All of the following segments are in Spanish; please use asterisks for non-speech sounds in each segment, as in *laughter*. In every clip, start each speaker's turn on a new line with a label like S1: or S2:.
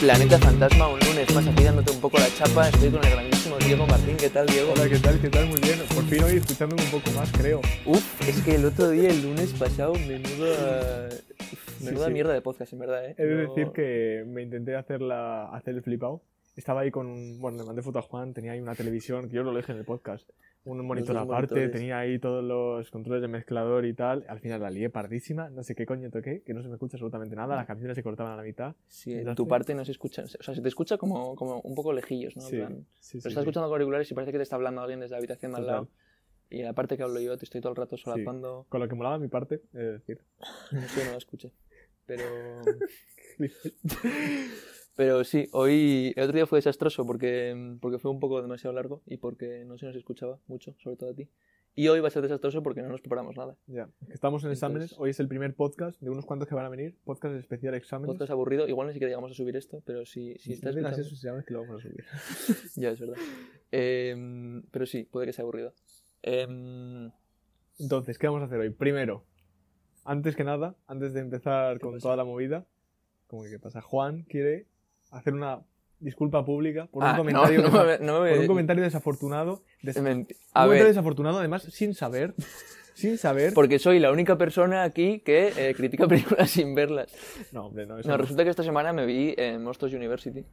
S1: Planeta Fantasma, un lunes más aquí dándote un poco la chapa. Estoy con el grandísimo Diego Martín. ¿Qué tal, Diego?
S2: Hola, ¿qué tal? ¿Qué tal? Muy bien. Por fin hoy escuchándome un poco más, creo.
S1: Uf, es que el otro día, el lunes pasado, menuda,
S2: Sí,
S1: menuda
S2: sí.
S1: mierda de podcast, en verdad, ¿eh?
S2: He de
S1: No-
S2: decir que me intenté hacer, la, hacer el flipado. Estaba ahí con un... Bueno, le mandé foto a Juan, tenía ahí una televisión, que yo lo dije en el podcast. Un monitor
S1: dos
S2: aparte,
S1: monitores.
S2: tenía ahí todos los controles de mezclador y tal. Al final la lié pardísima, no sé qué coño toqué, que no se me escucha absolutamente nada, las canciones se cortaban a la mitad.
S1: Sí, en
S2: Entonces-
S1: tu parte no se escucha. O sea, se te escucha como, como un poco lejillos, ¿no? En
S2: Sí,
S1: plan,
S2: sí,
S1: Pero
S2: sí,
S1: estás
S2: sí.
S1: escuchando con auriculares y parece que te está hablando alguien desde la habitación de al
S2: Total.
S1: lado. Y la parte que hablo yo te estoy todo el rato solapando.
S2: Con lo que molaba mi parte, he de decir.
S1: No sé, no la escuché. Pero. Pero sí, hoy. El otro día fue desastroso porque, porque fue un poco demasiado largo y porque no se nos escuchaba mucho, sobre todo a ti. Y hoy va a ser desastroso porque no nos preparamos nada.
S2: Ya. Estamos en exámenes,
S1: Entonces-
S2: hoy es el primer podcast de unos cuantos que van a venir, podcast especial exámenes.
S1: Podcast aburrido. Igual ni siquiera llegamos a subir esto, pero si, si estás.
S2: No digas
S1: escuchando-
S2: eso, si sabes que lo vamos a subir.
S1: Ya, es verdad. Em, pero sí, puede que sea aburrido. Em,
S2: Entonces, ¿qué vamos a hacer hoy? Primero, antes que nada, antes de empezar
S1: ¿Qué
S2: con
S1: pasa?
S2: toda la movida, como que qué pasa, Juan quiere hacer una disculpa pública por un
S1: ah, no, *laughs*
S2: comentario,
S1: no,
S2: desa-
S1: me- no me-
S2: por un comentario desafortunado, des- un
S1: Ment- em, A
S2: comentario
S1: ver,
S2: desafortunado además sin saber, sin saber.
S1: porque soy la única persona aquí que eh, critica *laughs* películas sin verlas.
S2: No, hombre, no, eso
S1: No,
S2: no.
S1: resulta que esta semana me vi en Monsters University.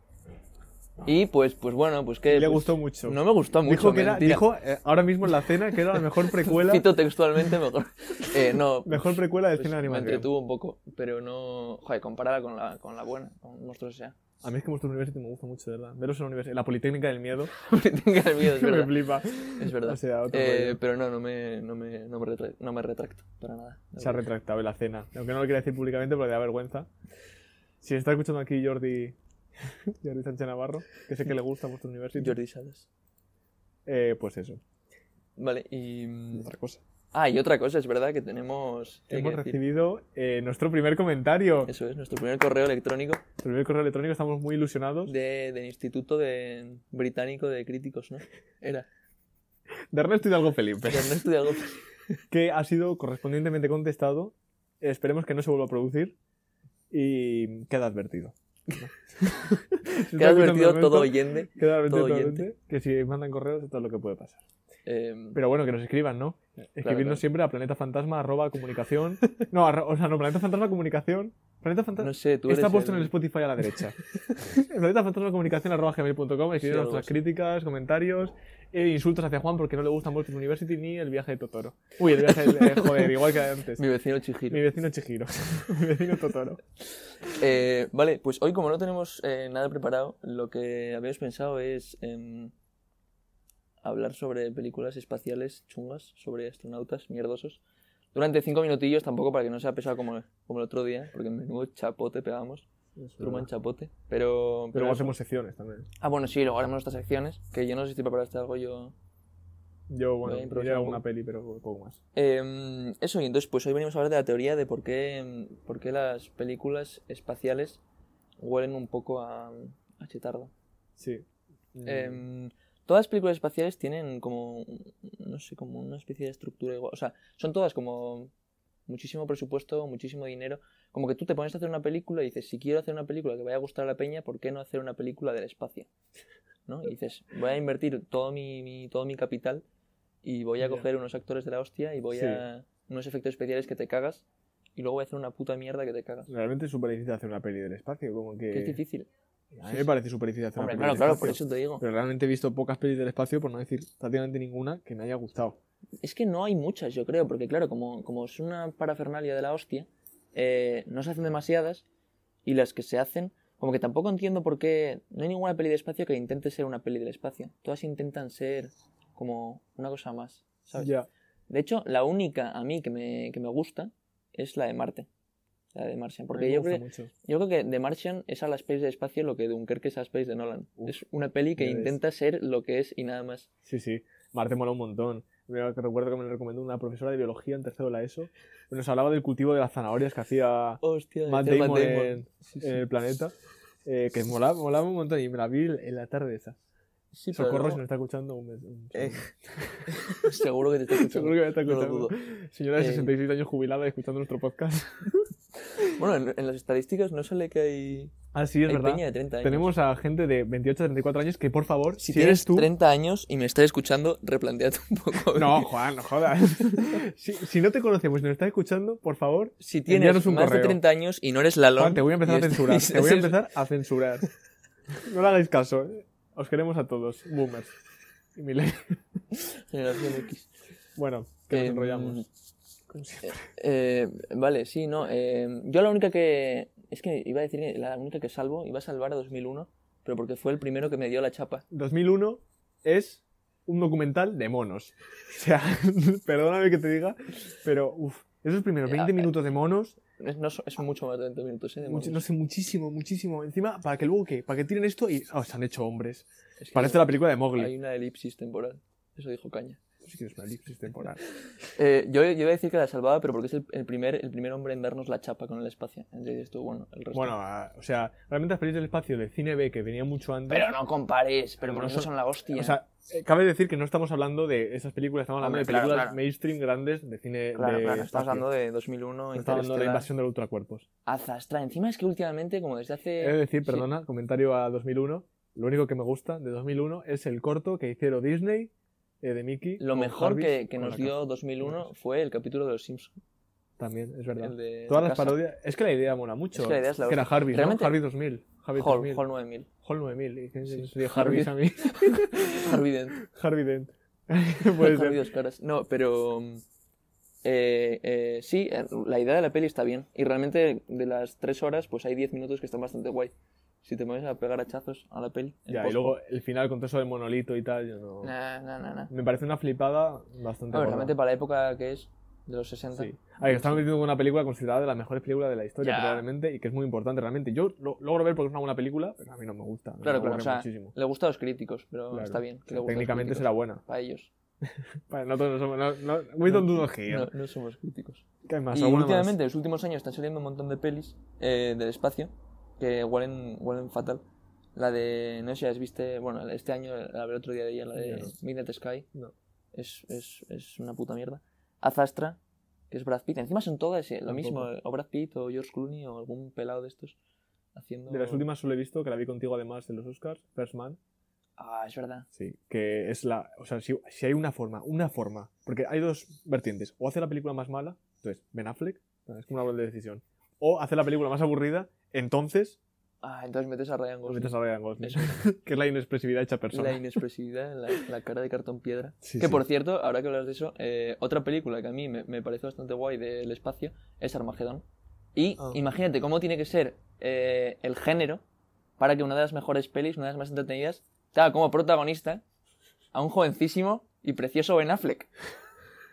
S1: Y pues, pues bueno, pues que.
S2: le
S1: pues,
S2: gustó mucho.
S1: No me gustó mucho.
S2: dijo que era,
S1: mentira.
S2: dijo eh, ahora mismo en la cena que era la mejor precuela,
S1: Cito textualmente
S2: *laughs*
S1: mejor. Eh, no.
S2: mejor precuela de
S1: pues,
S2: cine de
S1: me
S2: animación.
S1: entretuvo un poco, pero no. Joder, comparada con la, con la buena, con Monstruos *laughs* S.A.
S2: A mí es que Monstruo University me gusta mucho, de ¿verdad? Veros en la universidad, la Politécnica del Miedo,
S1: Porque tenga el miedo, es
S2: *laughs* me
S1: verdad.
S2: flipa.
S1: Es verdad.
S2: O sea, otro
S1: Eh,
S2: rollo.
S1: pero no, no me, no me, no me, retra- no me retracto para nada.
S2: Se ha retractado en la cena. Aunque no lo quiera decir públicamente porque le da vergüenza. Si está escuchando aquí Jordi, *laughs* Jordi Sánchez Navarro, que sé que le gusta vuestro universidad,
S1: Jordi Salas.
S2: pues eso,
S1: Vale, y. mm,
S2: otra cosa.
S1: Ah, y otra cosa, es verdad que tenemos. hay que
S2: Hemos
S1: decir-
S2: recibido eh, nuestro primer comentario.
S1: Eso es, nuestro primer correo electrónico
S2: Nuestro primer correo electrónico, estamos muy ilusionados.
S1: de- del Instituto de- Británico de Críticos, ¿no?
S2: *laughs*
S1: Era.
S2: De Ernesto Hidalgo Felipe, *laughs*
S1: De Ernesto Hidalgo.
S2: que ha sido correspondientemente contestado. Esperemos que no se vuelva a producir. Y
S1: *laughs*
S2: queda advertido.
S1: que ha advertido todo oyente.
S2: Queda advertido
S1: todo
S2: todo
S1: oyente.
S2: oyente que si mandan correos, esto es lo que puede pasar.
S1: Eh,
S2: Pero bueno, que nos escriban, ¿no? Escribidnos
S1: claro.
S2: siempre a planetafantasma arroba comunicación. No, arro- o sea, no, planetafantasma comunicación. Planeta Fantasma.
S1: no sé, tú
S2: Está
S1: eres
S2: puesto en el Spotify a
S1: *laughs*
S2: la derecha. planetafantasma comunicación arroba gmail.com.
S1: Sí,
S2: Escribid
S1: algo
S2: nuestras
S1: así.
S2: críticas, comentarios, e insultos hacia Juan porque no le gusta Monsters University ni el viaje de Totoro. Uy, el viaje,
S1: *laughs*
S2: de- eh, joder, igual que antes.
S1: Mi vecino
S2: Mi
S1: Chihiro.
S2: vecino Chihiro. *laughs* Mi vecino Totoro.
S1: Eh, vale, pues hoy como no tenemos eh, nada preparado, lo que habíamos pensado es em, hablar sobre películas espaciales chungas, sobre astronautas mierdosos. Durante cinco minutillos, tampoco para que no sea pesado como, como el otro día, porque menudo chapote pegamos, Truman
S2: Pero
S1: chapote. Pero,
S2: luego
S1: eso.
S2: hacemos secciones también.
S1: Ah, bueno, sí, luego haremos nuestras secciones, que yo no sé si estoy preparado para algo yo.
S2: Yo, bueno,
S1: Voy a
S2: iré
S1: improvisar
S2: a
S1: un
S2: una
S1: poco.
S2: peli, pero poco más.
S1: Em, eso, y entonces pues hoy venimos a hablar de la teoría de por qué, em, por qué las películas espaciales huelen un poco a, a chetardo.
S2: Sí. Mm,
S1: Em, todas las películas espaciales tienen como, un- no sé, como una especie de estructura igual. O sea, son todas como muchísimo presupuesto, muchísimo dinero. Como que tú te pones a hacer una película y dices, si quiero hacer una película que vaya a gustar a la peña, ¿por qué no hacer una película del espacio? ¿No? Y dices, voy a invertir todo mi, mi- todo mi capital y voy a
S2: Ya.
S1: coger unos actores de la hostia y voy
S2: Sí.
S1: a unos efectos especiales que te cagas y luego voy a hacer una puta mierda que te cagas.
S2: Realmente es súper difícil hacer una peli del espacio. Como que.
S1: Que es difícil.
S2: A mí me parece súper difícil hacer
S1: Hombre,
S2: una
S1: claro,
S2: peli
S1: claro,
S2: del
S1: por
S2: espacio,
S1: eso te digo.
S2: Pero realmente he visto pocas pelis del espacio, por no decir prácticamente ninguna, que me haya gustado.
S1: Es que no hay muchas, yo creo, porque claro, como, como es una parafernalia de la hostia, eh, no se hacen demasiadas y las que se hacen, como que tampoco entiendo por qué no hay ninguna peli de espacio que intente ser una peli del espacio. Todas intentan ser como una cosa más, ¿sabes?
S2: Ya.
S1: De hecho, la única a mí que me, que me gusta es la de Marte, la de Martian,
S2: a
S1: porque
S2: mí me
S1: yo
S2: gusta
S1: creo,
S2: mucho.
S1: yo creo que The Martian es a la Space de espacio lo que Dunkerque es a Space de Nolan.
S2: Uf,
S1: es una peli que
S2: ya ves.
S1: intenta ser lo que es y nada más.
S2: Sí, sí. Marte mola un montón. Me que recuerdo que me lo recomendó una profesora de biología en tercero de la ESO. que Nos hablaba del cultivo de las zanahorias que hacía
S1: Hostia,
S2: Matt
S1: decía
S2: Damon,
S1: Matt Damon.
S2: En,
S1: Sí, sí.
S2: en el planeta. eh, que molaba, molaba un montón y me la vi en la tarde esa.
S1: Sí, pero
S2: Socorro
S1: luego-
S2: si no está escuchando un, mes- un-
S1: Eh, *laughs* Seguro que te está escuchando.
S2: Seguro que me está
S1: no lo
S2: escuchando.
S1: dudo.
S2: Señora de
S1: Eh,
S2: 66 años jubilada escuchando nuestro podcast. *laughs*
S1: Bueno, en, en las estadísticas no sale que hay
S2: Ah, sí, es
S1: Hay
S2: verdad.
S1: peña de 30 años.
S2: Tenemos a gente de 28 a 34 años que, por favor,
S1: Si,
S2: si,
S1: tienes
S2: eres tú...
S1: 30 años y me estás escuchando, replanteate un poco.
S2: No, Juan, no jodas. *laughs* si, si no te conocemos y nos estás escuchando, por favor,
S1: *laughs* Si
S2: envíanos
S1: tienes
S2: un
S1: más de
S2: correo.
S1: 30 años y no eres la
S2: Juan, te voy a empezar a
S1: este- *laughs*
S2: censurar. Te voy a empezar a censurar. No le hagáis caso. ¿eh? Os queremos a todos, boomers. Y mile- *laughs*
S1: Generación X.
S2: Bueno, *laughs* que nos
S1: Eh,
S2: enrollamos.
S1: Eh, vale, sí, no. eh, yo la única que. Es que iba a decir que la única que salvo, iba a salvar a 2001, pero porque fue el primero que me dio la chapa.
S2: 2001 es un documental de monos. O sea, *laughs* perdóname que te diga, pero uf, esos primeros
S1: Ya,
S2: 20
S1: eh,
S2: minutos de monos,
S1: Es, no, es mucho más de 20 minutos, ¿eh? de
S2: much-
S1: monos.
S2: no sé, muchísimo, muchísimo. Encima, ¿para que luego qué? ¿Para que tiren esto y oh, se han hecho hombres?
S1: Es que
S2: Parece la película de
S1: Hay
S2: Mowgli.
S1: una elipsis temporal. Eso dijo Caña.
S2: Sí, que es una elipsis temporal.
S1: Eh, yo, yo iba a decir que la salvaba, pero porque es el, el primer, el primer hombre en darnos la chapa con el espacio. Entonces esto, bueno, el resto.
S2: Bueno, ah, o sea, realmente las películas del espacio de cine B que venía mucho antes.
S1: pero no compares, pero por
S2: No
S1: eso
S2: son-
S1: son la hostia.
S2: O sea, eh, cabe decir que no estamos hablando de esas películas, estamos hablando
S1: Hombre,
S2: de películas
S1: claro, claro.
S2: mainstream grandes de cine
S1: claro,
S2: de
S1: claro, estamos
S2: espacio.
S1: hablando de 2001,
S2: No estamos hablando de la
S1: Interestelar.
S2: invasión de los ultracuerpos.
S1: Azastra. Encima es que últimamente, como desde hace.
S2: He de decir,
S1: sí.
S2: perdona, comentario a 2001. Lo único que me gusta de 2001 es el corto que hicieron Disney eh, de Mickey.
S1: Lo
S2: con
S1: mejor
S2: Jarvis
S1: que, que
S2: con
S1: nos
S2: la
S1: dio
S2: caja.
S1: 2001
S2: Gracias.
S1: fue el capítulo de los Simpsons.
S2: También, es verdad.
S1: El de
S2: Todas
S1: la
S2: las
S1: casa.
S2: parodias. Es que la idea mola mucho.
S1: Es que la idea es la
S2: era Harvey, ¿no?
S1: Realmente-
S2: Harvey 2000. Harvey
S1: Hall,
S2: 2000.
S1: Hall 9000.
S2: Hall 9000. ¿Y qué
S1: Sí.
S2: sería Harvey a mí?
S1: Harvey Dent.
S2: *laughs* Harvey Dent. *laughs* Puede
S1: Harvey
S2: ser.
S1: dos caras. No, pero. mm, eh, eh, sí, eh, la idea de la peli está bien. Y realmente de las 3 horas, pues hay 10 minutos que están bastante guay. Si te pones a pegar hachazos a la peli. en
S2: Ya, y
S1: post-
S2: luego el final con todo eso del monolito y tal. Yo no...
S1: Nah, nah, nah, nah.
S2: Me parece una flipada bastante
S1: A ver,
S2: gorda.
S1: realmente para la época que es, de los 60.
S2: Sí. A ver, estamos metiendo con una película considerada de las mejores películas de la historia,
S1: Ya.
S2: probablemente, y que es muy importante realmente. Yo lo logro ver porque es una buena película, pero a mí no me gusta. me
S1: Claro, claro.
S2: aburre
S1: o sea,
S2: muchísimo.
S1: le gusta a los críticos, pero
S2: Claro.
S1: está bien. que
S2: O sea,
S1: le guste a los
S2: técnicamente
S1: críticos.
S2: será buena.
S1: Para ellos.
S2: Vale, nosotros no somos. No, no, we don't do no here.
S1: No, no somos críticos.
S2: ¿Qué hay más?
S1: Y
S2: ¿Alguna más?
S1: últimamente, en los últimos años, están saliendo un montón de pelis eh, del espacio que huelen, huelen fatal. La de, no sé si las viste, bueno, este año, la hablé otro día de ella, la de
S2: Yo no.
S1: Midnight Sky.
S2: No.
S1: Es, es, es una puta mierda. Azastra, que es Brad Pitt. Encima son todas eh, lo mismo, o Brad Pitt o George Clooney o algún pelado de estos haciendo...
S2: De las últimas solo he visto, que la vi contigo además en los Oscars, First Man.
S1: Ah, es verdad.
S2: Sí. Que es la. O sea, si, si hay una forma, una forma. Porque hay dos vertientes. O hace la película más mala, entonces Ben Affleck, es como una buena decisión. O hace la película más aburrida, entonces
S1: Ah, entonces metes a Ryan
S2: lo
S1: Gosling.
S2: metes a Ryan Gosling.
S1: Eso,
S2: Que es la inexpresividad hecha persona.
S1: la inexpresividad, la, la cara de cartón piedra.
S2: Sí,
S1: que
S2: sí.
S1: por cierto, ahora que hablas de eso, eh, otra película que a mí me, me pareció bastante guay del espacio es Armagedón. Y
S2: Ah.
S1: imagínate cómo tiene que ser eh, el género para que una de las mejores pelis, una de las más entretenidas, tenga como protagonista a un jovencísimo y precioso Ben Affleck.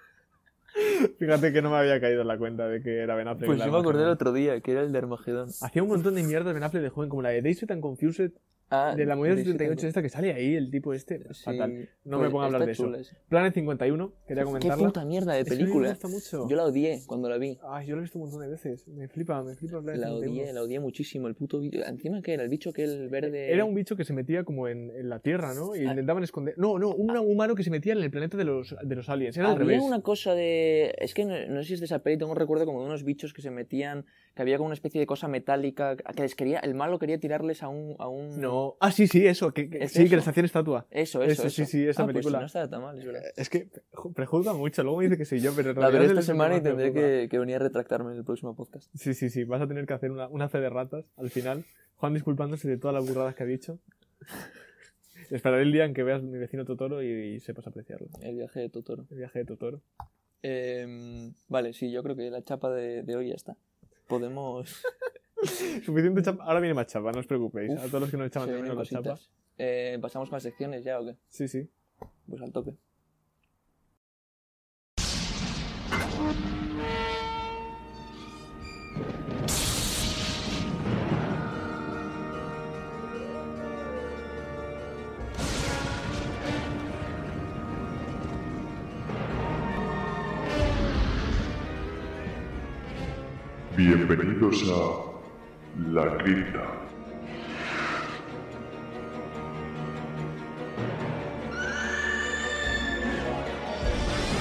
S2: *laughs* Fíjate que no me había caído en la cuenta de que era Ben Affleck.
S1: Pues
S2: la
S1: yo me acordé el
S2: imagen.
S1: otro día, que era el de Armagedón.
S2: Hacía un montón de mierdas Ben Affleck de joven, como la de Days and Confused,
S1: Ah,
S2: de la movida
S1: de-
S2: 78 esta que sale ahí, el tipo este.
S1: sí,
S2: Fatal. No
S1: pues
S2: me pongo a hablar
S1: está
S2: de eso.
S1: chula esa.
S2: Planet 51, quería
S1: Qué
S2: comentarla.
S1: puta mierda de
S2: Es que a mí
S1: película.
S2: me gusta mucho.
S1: Yo la odié cuando la vi.
S2: Ay, yo lo he visto un montón de veces. Me flipa, me flipa Planet
S1: La
S2: 51.
S1: odié, la odié muchísimo. El puto bicho. Encima que era el bicho que el verde.
S2: Era un bicho que se metía como en, en la Tierra, ¿no? Y
S1: Ah.
S2: intentaban esconder... No, no, un humano que se metía en el planeta de los, de los aliens. Era al
S1: Había
S2: revés.
S1: una cosa de. Es que no, no sé si es de esa peli, tengo un recuerdo como de unos bichos que se metían, que había como una especie de cosa metálica, que les quería. El malo quería tirarles a un. A un...
S2: No. Ah, sí, sí, eso. Que, que-
S1: ¿Es
S2: sí,
S1: eso?
S2: que les hacían estatua.
S1: Eso, eso.
S2: Eso, sí, sí, esa
S1: Ah, pues
S2: película. Eh,
S1: no estaba tan mal, es verdad.
S2: Es que ju- prejuzga mucho. Luego me dice que soy yo, pero en
S1: La veré
S2: realidad
S1: esta
S2: es el
S1: semana y
S2: que más
S1: tendré
S2: prejuzga.
S1: que, que venir a retractarme en el próximo podcast.
S2: Sí, sí, sí, vas a tener que hacer una, una fe de ratas al final. Juan disculpándose de todas las burradas que ha dicho. Esperaré el día en que veas mi vecino Totoro y, y sepas apreciarlo.
S1: El viaje de Totoro.
S2: El viaje de Totoro.
S1: Em, vale, sí, yo creo que la chapa de, de hoy ya está.
S2: *laughs*
S1: Podemos.
S2: Suficiente chapa. Ahora viene más chapa, no os preocupéis. a
S1: Uf,
S2: todos los que nos echaban
S1: se
S2: de
S1: vienen
S2: menos la chapa.
S1: cositas. Eh, Pasamos con las secciones ya o qué?
S2: Sí, sí.
S1: Pues al toque.
S3: Bienvenidos a La Cripta.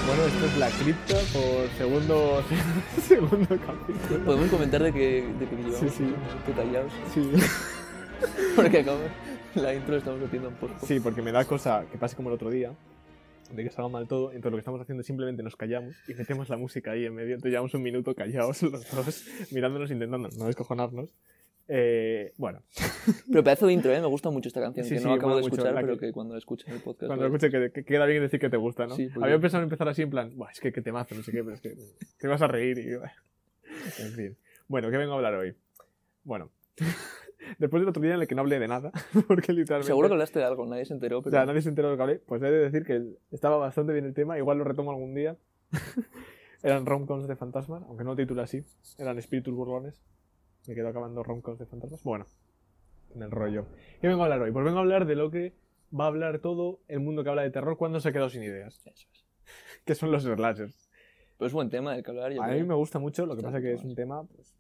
S2: Bueno, esto es la cripta por segundo, *laughs* segundo capítulo.
S1: Podemos comentar de que, de que llevamos
S2: Sí, sí.
S1: detallados. *laughs*
S2: Sí.
S1: Porque acabamos- la intro la estamos haciendo un poco.
S2: Sí, porque me da cosa que pase como el otro día, de que salga mal todo. Entonces lo que estamos haciendo es simplemente nos callamos y metemos la música ahí en medio. Entonces llevamos un minuto callados *laughs* los dos, mirándonos, intentando no descojonarnos. Eh, bueno,
S1: Pero pedazo de intro, ¿eh? Me gusta mucho esta canción,
S2: Sí,
S1: que
S2: sí,
S1: no acabo
S2: mola
S1: de
S2: mucho,
S1: escuchar,
S2: la
S1: pero
S2: que-
S1: que cuando escuches el podcast...
S2: cuando
S1: vale.
S2: escuche que, que queda bien decir que te gusta, ¿no?
S1: Sí, pues porque-
S2: Había pensado en empezar así en plan, "Buah, es que, que temazo, no sé qué,
S1: *laughs*
S2: pero es que te vas a reír y... En fin. Bueno, ¿qué vengo a hablar hoy? Bueno, *laughs* después del otro día en el que no hablé de nada, *laughs* porque literalmente...
S1: Seguro que hablaste de algo, nadie se enteró,
S2: O
S1: pero...
S2: sea, nadie se enteró de lo que hablé. Pues he de decir que estaba bastante bien el tema. Igual lo retomo algún día. Eran romcoms de fantasmas, aunque no titula así. Eran espíritus burlones. Me quedo acabando romcoms de fantasmas. Bueno, en el rollo. ¿Qué vengo a hablar hoy? Pues vengo a hablar de lo que va a hablar todo el mundo que habla de terror cuando se ha quedado sin ideas.
S1: Eso es.
S2: Que son los slashers.
S1: Pero es buen tema del que hablar, yo
S2: A mí
S1: creo.
S2: me gusta mucho, lo que pasa que es
S1: Bastante
S2: un tema, pues,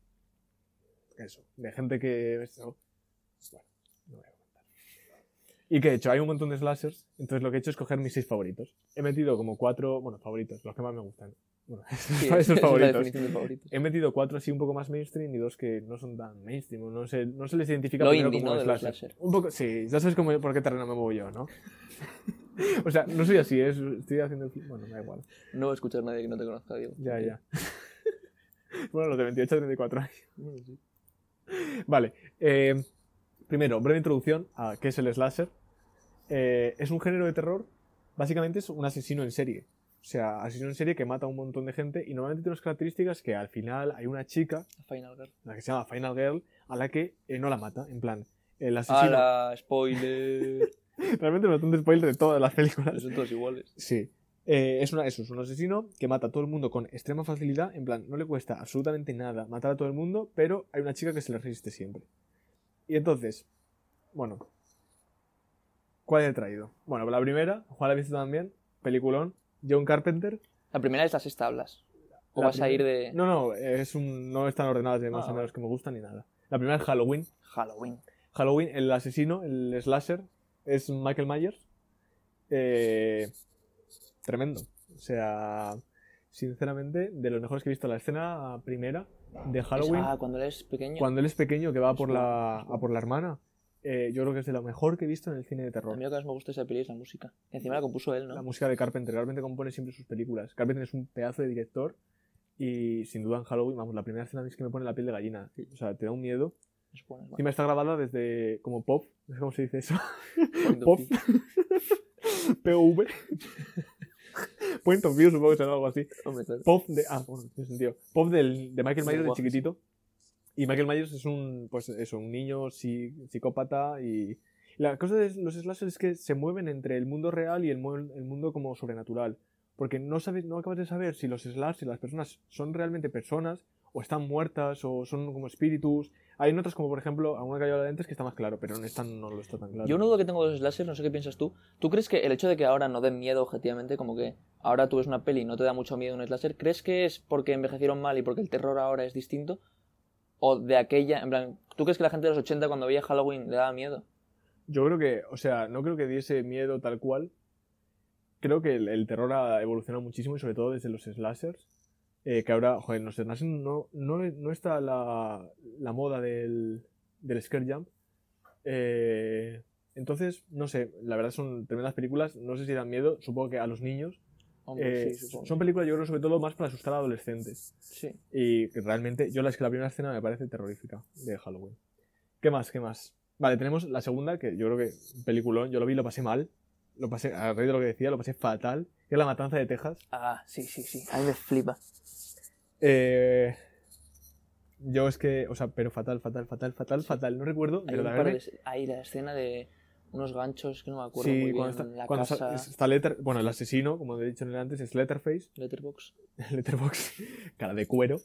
S2: eso, de gente que... eso, bueno, no voy a comentar. Y que he hecho, hay un montón de slashers, entonces lo que he hecho es coger mis seis favoritos. He metido como cuatro, bueno, favoritos, los que más me gustan. Bueno, *laughs*
S1: Sí,
S2: esos
S1: esa es la
S2: favoritos.
S1: definición de favoritos.
S2: He metido cuatro así un poco más mainstream y dos que no son tan mainstream, o no se, no se les identifica
S1: Lo
S2: primero
S1: indie,
S2: como
S1: ¿no? De los
S2: slasher.
S1: slasher.
S2: Un poco, sí, ya sabes cómo, por qué terreno me muevo yo, ¿no? *laughs* o sea, no soy así, es- estoy haciendo... Bueno, me da igual.
S1: No va a escuchar nadie que no te conozca, Diego.
S2: Ya, ya. *laughs* bueno, los de 28 a 34 *laughs* años. Vale. eh, primero, breve introducción a qué es el slasher. Eh, es un género de terror. Básicamente es un asesino en serie. O sea, asesino en serie que mata a un montón de gente y normalmente tiene unas características que al final hay una chica,
S1: Final Girl.
S2: la que se llama Final Girl, a la que eh, no la mata. En plan, el asesino...
S1: ¡Hala! ¡Spoiler!
S2: *laughs* Realmente bastante spoiler de todas las películas.
S1: Pero son todos iguales.
S2: Sí. Eh, es una, eso, es un asesino que mata a todo el mundo con extrema facilidad. En plan, no le cuesta absolutamente nada matar a todo el mundo, pero hay una chica que se le resiste siempre. Y entonces, bueno, ¿cuál he traído? Bueno, la primera, Juan la ha visto también, peliculón, John Carpenter.
S1: La primera es las establas. O
S2: La
S1: vas a ir de
S2: No, no, es un, no están ordenadas de más
S1: Ah.
S2: o menos que me gustan ni nada. La primera es Halloween.
S1: Halloween.
S2: Halloween, el asesino, el slasher, es Michael Myers. Eh, tremendo. O sea, sinceramente, de los mejores que he visto la escena primera de Halloween,
S1: Es- ah, cuando eres pequeño.
S2: cuando él es pequeño que va
S1: Es
S2: por
S1: buena,
S2: la,
S1: es buena.
S2: a por la hermana, eh, yo creo que es de lo mejor que he visto en el cine de
S1: A
S2: terror.
S1: mí lo que más me gusta de esa peli es la música. Encima la compuso él,
S2: La
S1: ¿no?
S2: música de Carpenter realmente compone siempre sus películas. Carpenter es un pedazo de director y sin duda en Halloween, vamos, la primera escena a mí es que me pone la piel de gallina. O sea, te da un miedo.
S1: Es buena, es buena.
S2: Encima está grabada desde como pop, no sé cómo se dice eso.
S1: Point of
S2: Pop.
S1: view.
S2: POV. Point of view, supongo que será algo así.
S1: Hombre, claro.
S2: Pop de. Ah, bueno, tiene sentido. Pop del, de Michael Myers de
S1: Lenguaje,
S2: chiquitito. Y Michael Myers es un. Pues eso, un niño psi- psicópata y. La cosa de los slashers es que se mueven entre el mundo real y el, mu- el mundo como sobrenatural. Porque no, sabes, no acabas de saber si los slashers, las personas, son realmente personas o están muertas o son como espíritus. Hay notas como, por ejemplo, a una que yo hablaba antes que está más claro, pero en esta no lo está tan claro.
S1: Yo una duda que tengo de los slashers, no sé qué piensas tú. ¿Tú crees que el hecho de que ahora no den miedo objetivamente, como que ahora tú ves una peli y no te da mucho miedo un slasher, ¿crees que es porque envejecieron mal y porque el terror ahora es distinto? O de aquella, en plan, ¿tú crees que la gente de los 80 cuando veía Halloween le daba miedo?
S2: Yo creo que, o sea, no creo que diese miedo tal cual. Creo que el, el terror ha evolucionado muchísimo y sobre todo desde los slashers. eh, que ahora, joder, en los slashers no, no, no está la, la moda del, del scare jump. Eh, entonces, no sé, la verdad son tremendas películas. No sé si dan miedo, supongo que a los niños.
S1: Hombre,
S2: Eh,
S1: sí, supongo.
S2: son películas, yo creo, sobre todo más para asustar a adolescentes.
S1: Sí.
S2: Y que realmente, yo la, es que la primera escena me parece terrorífica de Halloween. ¿Qué más? ¿Qué más? Vale, tenemos la segunda, que yo creo que peliculón, yo lo vi, lo pasé mal. Lo pasé, a raíz de lo que decía, lo pasé fatal. Que es La Matanza de Texas.
S1: Ah, sí, sí, sí. A mí me flipa.
S2: Eh, yo es que, o sea, pero fatal, fatal, fatal, fatal, fatal. No recuerdo.
S1: Hay
S2: pero
S1: un
S2: de
S1: par
S2: haberme-
S1: de- hay la escena de unos ganchos que no me acuerdo
S2: Sí,
S1: muy bien.
S2: cuando
S1: en
S2: está,
S1: la
S2: cuando sa-
S1: casa,
S2: está Letter- bueno, el asesino, como he dicho antes, es Letterface. *laughs*
S1: Letterbox.
S2: Letterbox, *laughs* cara de cuero,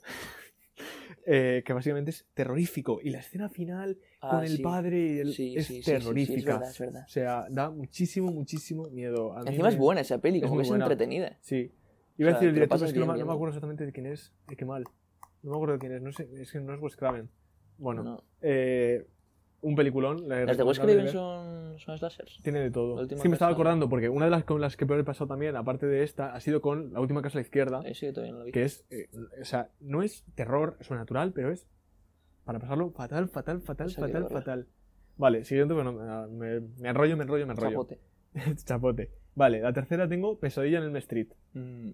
S2: eh, que básicamente es terrorífico. Y la escena final con el padre y el-
S1: Ah, Sí,
S2: es
S1: sí, sí, sí, sí, es
S2: terrorífica.
S1: verdad, es verdad.
S2: O sea, da muchísimo, muchísimo miedo. A mí
S1: Encima
S2: me-
S1: es buena esa peli,
S2: es
S1: como
S2: muy
S1: que es
S2: buena.
S1: entretenida.
S2: Sí.
S1: O sea,
S2: Iba a decir el
S1: te lo
S2: director,
S1: pasas
S2: pero es que no,
S1: bien
S2: me- no me
S1: viendo.
S2: acuerdo exactamente de quién es. eh, qué mal. No me acuerdo de quién es. No sé, es que no es Wes Craven. Bueno,
S1: No.
S2: eh, un peliculón. la
S1: Las de Wes
S2: recomendable
S1: Craven
S2: ver.
S1: son, son slashers.
S2: Tiene de
S1: La
S2: todo. Es
S1: última
S2: que me estaba
S1: casa-
S2: acordando, porque una de las con las que peor he pasado también, aparte de esta, ha sido con La última casa a la izquierda
S1: Ahí sí que todavía no la vi.
S2: que es, eh, o sea, no es terror sobrenatural, pero es para pasarlo fatal, fatal, fatal,
S1: Pues hay que
S2: fatal,
S1: verla.
S2: fatal. Vale, siguiente, bueno, me, me enrollo, me enrollo, me enrollo. *laughs*
S1: Chapote.
S2: Chapote. Vale, la tercera tengo Pesadilla en el Street.
S1: Mm,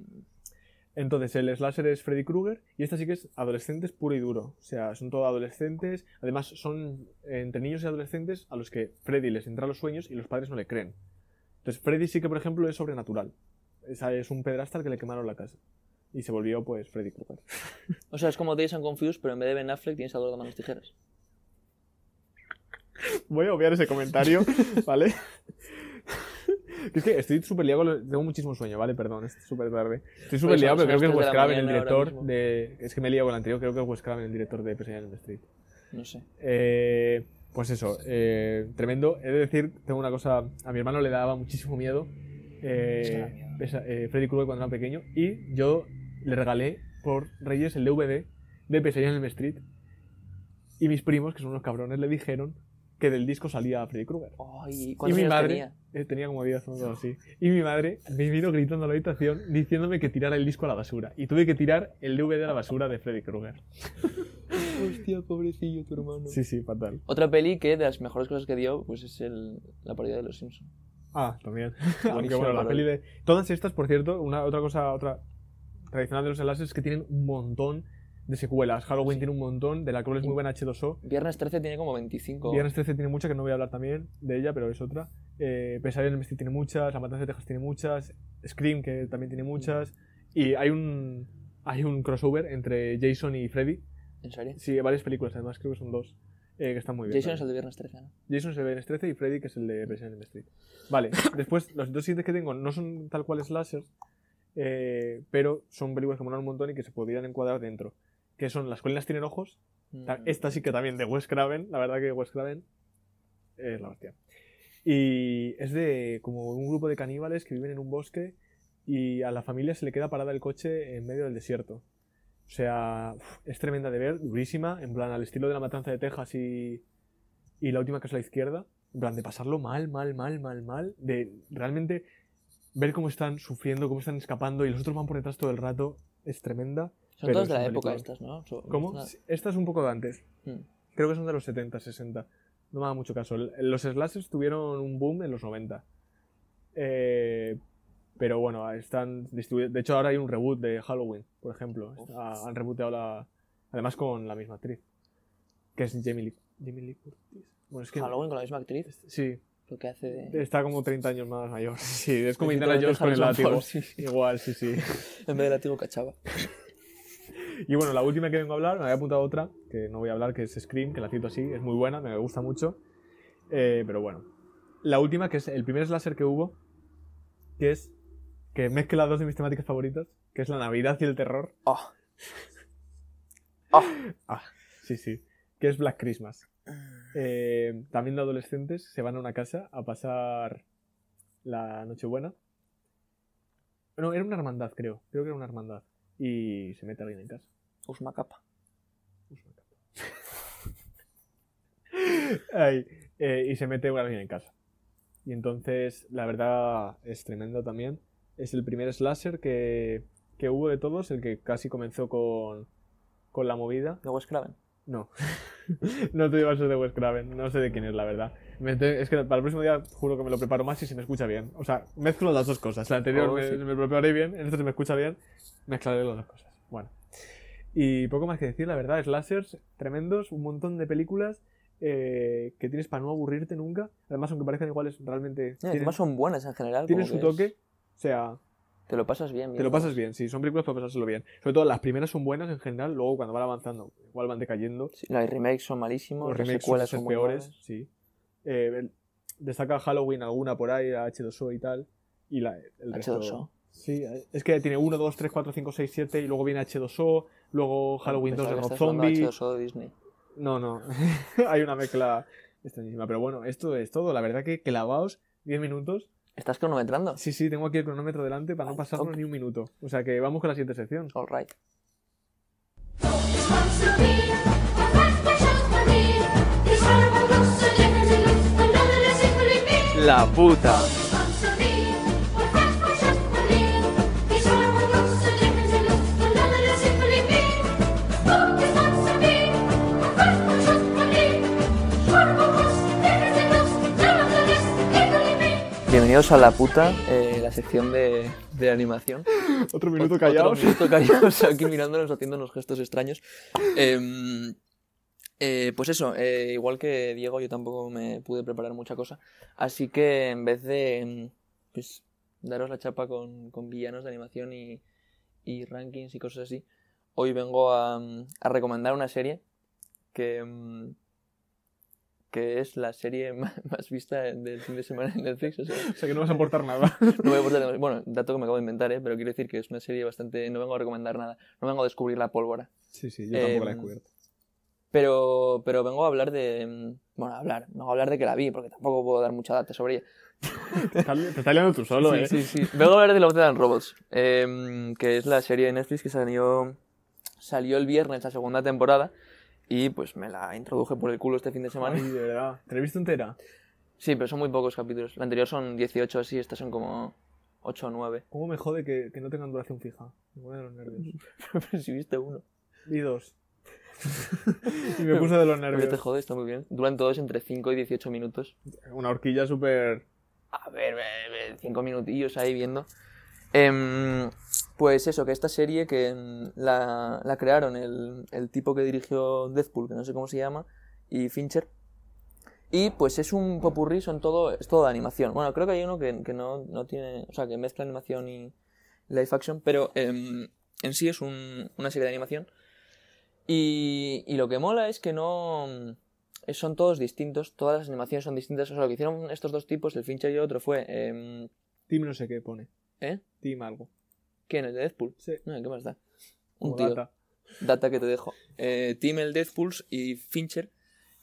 S2: Entonces, el slasher es Freddy Krueger y esta sí que es adolescentes puro y duro. O sea, son todo adolescentes. Además, son eh, entre niños y adolescentes a los que Freddy les entra a los sueños y los padres no le creen. Entonces, Freddy sí que, por ejemplo, es sobrenatural. Es, es un pedrasta al que le quemaron la casa. Y se volvió, pues, Freddy Krueger.
S1: O sea, es como Days and Confused, pero en vez de Ben Affleck tienes a Eduardo Manos Tijeras.
S2: Voy a obviar ese comentario,
S1: *laughs*
S2: ¿vale? es que estoy súper liado, con lo- tengo muchísimo sueño, ¿vale? Perdón, es súper tarde. Estoy súper
S1: Pues
S2: liado,
S1: son-
S2: pero creo
S1: son
S2: que
S1: las tres de
S2: es Wes
S1: la
S2: Craven el
S1: mañana ahora
S2: director
S1: mismo.
S2: de... Es que me he liado con el anterior, creo que es Wes Craven el director de Pesadilla en el Street.
S1: No sé.
S2: Eh, pues eso, eh, tremendo. He de decir, tengo una cosa, a mi hermano le daba muchísimo miedo, eh,
S1: Es que da miedo.
S2: esa- eh, Freddy Krueger cuando era pequeño y yo le regalé por Reyes el DVD de Pesadilla en el Street y mis primos, que son unos cabrones, le dijeron que del disco salía Freddy Krueger.
S1: Ay,
S2: Y
S1: ¿cuántos
S2: mi
S1: años
S2: madre
S1: tenía?
S2: eh, tenía como 10 o algo así. Y mi madre me vino gritando a la habitación diciéndome que tirara el disco a la basura. Y tuve que tirar el DVD a la basura de Freddy Krueger.
S1: Hostia, pobrecillo tu hermano.
S2: Sí, sí, fatal.
S1: Otra peli que de las mejores cosas que dio pues es el, la parodia de Los Simpsons.
S2: Ah, también. *laughs* Aunque
S1: *laughs* Buenísima
S2: bueno, la
S1: parodia.
S2: peli de. Todas estas, por cierto, una, otra cosa, otra tradicional de los enlaces es que tienen un montón de secuelas. Halloween tiene un montón, de la cual es muy buena H2O.
S1: Viernes 13 tiene como 25.
S2: Viernes 13 tiene mucha, que no voy a hablar también de ella, pero es otra. Eh, Pesadilla en el Mestre tiene muchas, La Matanza de Texas tiene muchas, Scream, que también tiene
S1: Mm.
S2: muchas. Y hay un, hay un crossover entre Jason y Freddy.
S1: ¿En serio?
S2: Sí, varias películas, además creo que son dos, eh, que están muy bien.
S1: Jason
S2: también.
S1: es el de Viernes 13, ¿no?
S2: Jason es el de Viernes 13 y Freddy, que es el de Resident Evil Street. Vale, después los dos siguientes que tengo no son tal cual slasher, eh, pero son películas que molan un montón y que se podrían encuadrar dentro. Que son Las colinas tienen ojos. ta-
S1: Mm.
S2: Esta sí que también de Wes Craven. La verdad que Wes Craven es la hostia. Y es de como un grupo de caníbales que viven en un bosque y a la familia se le queda parada el coche en medio del desierto. O sea, uf, es tremenda de ver, durísima, en plan al estilo de la matanza de Texas y, y la última que es la izquierda. En plan de pasarlo mal, mal, mal, mal, mal. De realmente ver cómo están sufriendo, cómo están escapando y los otros van por detrás todo el rato. Es tremenda.
S1: Son
S2: pero
S1: todas
S2: es
S1: de la
S2: una
S1: época
S2: película.
S1: estas, ¿no? So-
S2: ¿Cómo?
S1: nada.
S2: Sí, Esta es un poco de antes.
S1: Mm.
S2: Creo que son de los 70, 60. No me da mucho caso. El- Los slashers tuvieron un boom en los 90. Eh, pero bueno, están distribuidos. De hecho, ahora hay un reboot de Halloween, por ejemplo. Está- han reboteado la. Además, con la misma actriz. Que es Jamie Lee, Jamie Lee Curtis. Bueno, es que.
S1: Halloween con la misma actriz,
S2: Sí,
S1: lo que hace de...
S2: está como 30 años más mayor. *laughs* Sí, es como Indiana
S1: Literalmente
S2: Jones con el
S1: Harrison
S2: látigo.
S1: Ford, sí, sí.
S2: Igual, sí, sí. *laughs*
S1: En vez de látigo cachaba.
S2: Y bueno, la última que vengo a hablar, me había apuntado otra, que no voy a hablar, que es Scream, que la cito así, es muy buena, me gusta mucho. Eh, pero bueno. La última, que es el primer slasher que hubo, que es que mezcla dos de mis temáticas favoritas, que es la Navidad y el terror.
S1: Oh.
S2: Ah, sí, sí. Que es Black Christmas. Eh, también de adolescentes se van a una casa a pasar la Nochebuena. No, era una hermandad, creo. Creo que era una hermandad. Y se mete alguien en casa.
S1: Usma pues capa.
S2: Ay, eh, y se mete una alguien en casa. Y entonces, la verdad, es tremendo también. Es el primer slasher que, que hubo de todos, el que casi comenzó con, con la movida.
S1: De Wes Craven.
S2: No, *laughs* no te digo eso de Wes Craven, no sé de quién es, la verdad. Me te- Es que para el próximo día juro que me lo preparo más y se me escucha bien. O sea, mezclo las dos cosas. La anterior
S1: Oh,
S2: me,
S1: sí.
S2: me preparé bien, en esta se me escucha bien, mezclaré las dos cosas. Bueno. Y poco más que decir, la verdad, slashers tremendos, un montón de películas eh, que tienes para no aburrirte nunca. Además, aunque parezcan iguales, realmente
S1: No,
S2: tienen,
S1: Eh, Además son buenas en general.
S2: tienen
S1: como
S2: su
S1: que es-
S2: toque. O sea,
S1: Te lo pasas bien.
S2: te lo
S1: viéndolas.
S2: pasas bien. Sí, son películas para pasárselo bien. Sobre todo las primeras son buenas en general, luego cuando van avanzando, igual van decayendo.
S1: Sí, los remakes son malísimos, las
S2: Los remakes
S1: secuelas
S2: son
S1: son muy
S2: peores,
S1: malas.
S2: sí. Eh, el- destaca Halloween alguna por ahí, la H2O y tal. Y la, el resto-
S1: H2O.
S2: Sí, es que tiene 1, 2, 3, 4, 5, 6, 7 y luego viene H2O, luego Halloween 2
S1: Pensaba
S2: de
S1: que
S2: Rob
S1: estás hablando de
S2: Zombie.
S1: H2O de Disney.
S2: No, no, *laughs* hay una mezcla extrañísima. Pero bueno, esto es todo. La verdad que clavaos 10 minutos.
S1: ¿Estás cronometrando?
S2: Sí, sí, tengo aquí el cronómetro delante para no
S1: Ay,
S2: pasarnos
S1: ok.
S2: ni un minuto. O sea que vamos con la siguiente sección.
S1: All right.
S4: This one's to be, a fact that shall believe. This one will go so differently, another is equally big.
S1: La puta.
S4: This one's to be, a fact that shall believe. This one will go so differently, another is equally big. Oh, this one's to be, a fact that shall believe. This one will go so differently,
S1: bienvenidos a la puta, eh, la sección de, de animación.
S2: Otro minuto
S1: Otro
S2: callados.
S1: minuto callados aquí mirándonos, haciendo unos gestos extraños. Em, eh, pues eso, eh, igual que Diego, yo tampoco me pude preparar mucha cosa. Así que en vez de em, pues, daros la chapa con, con villanos de animación y, y rankings y cosas así, hoy vengo a, mm, a recomendar una serie que, em, que es la serie *laughs* ma- más vista del fin de semana en Netflix. o sea,
S2: *laughs* O sea que no vas a aportar
S1: *laughs*
S2: nada.
S1: no voy a aportar demasiado. Bueno, dato que me acabo de inventar, ¿eh? pero quiero decir que es una serie bastante. No vengo a recomendar nada, no vengo a descubrir la pólvora.
S2: Sí, sí, yo tampoco la he
S1: Em,
S2: descubierto.
S1: Pero, pero vengo a hablar de. mm, Bueno, a hablar, vengo a hablar de que la vi, porque tampoco puedo dar mucha data sobre ella.
S2: Te estás li- te estás liando tú solo, eh.
S1: sí, sí, sí. Vengo a hablar de Love Death and Robots, em, que es la serie de Netflix que salió, salió el viernes, la segunda temporada, y pues me la introduje por el culo este fin de semana.
S2: Ay, de verdad. ¿Te la he visto entera?
S1: Sí, pero son muy pocos capítulos. La anterior son 18 así, estas son como 8 o 9.
S2: ¿Cómo me jode que, que no tengan duración fija? Me pone de los nervios.
S1: *laughs* pero si viste uno.
S2: Y dos. *laughs* y me puso de los
S1: Pero te
S2: nervios.
S1: jode, está muy bien. Duran todos entre 5 y 18 minutos.
S2: Una horquilla súper...
S1: A ver, 5 minutillos ahí viendo. Em, pues eso, que esta serie que em, la, la crearon el, el tipo que dirigió Deathpool, que no sé cómo se llama, y Fincher. Y pues es un popurrí, son todo, es todo de animación. Bueno, creo que hay uno que, que no, no tiene, o sea, que mezcla animación y live action, pero em, en sí es un- una serie de animación. Y, y lo que mola es que no. eh, Son todos distintos, todas las animaciones son distintas. O sea, lo que hicieron estos dos tipos, el Fincher y el otro, fue. em,
S2: Tim no sé qué pone.
S1: ¿Eh?
S2: Tim algo.
S1: ¿Quién? ¿El de Deadpool?
S2: Sí.
S1: No, ¿qué más da? Un
S2: como
S1: tío.
S2: data.
S1: data que te dejo. Eh, Tim, el Deathpool y Fincher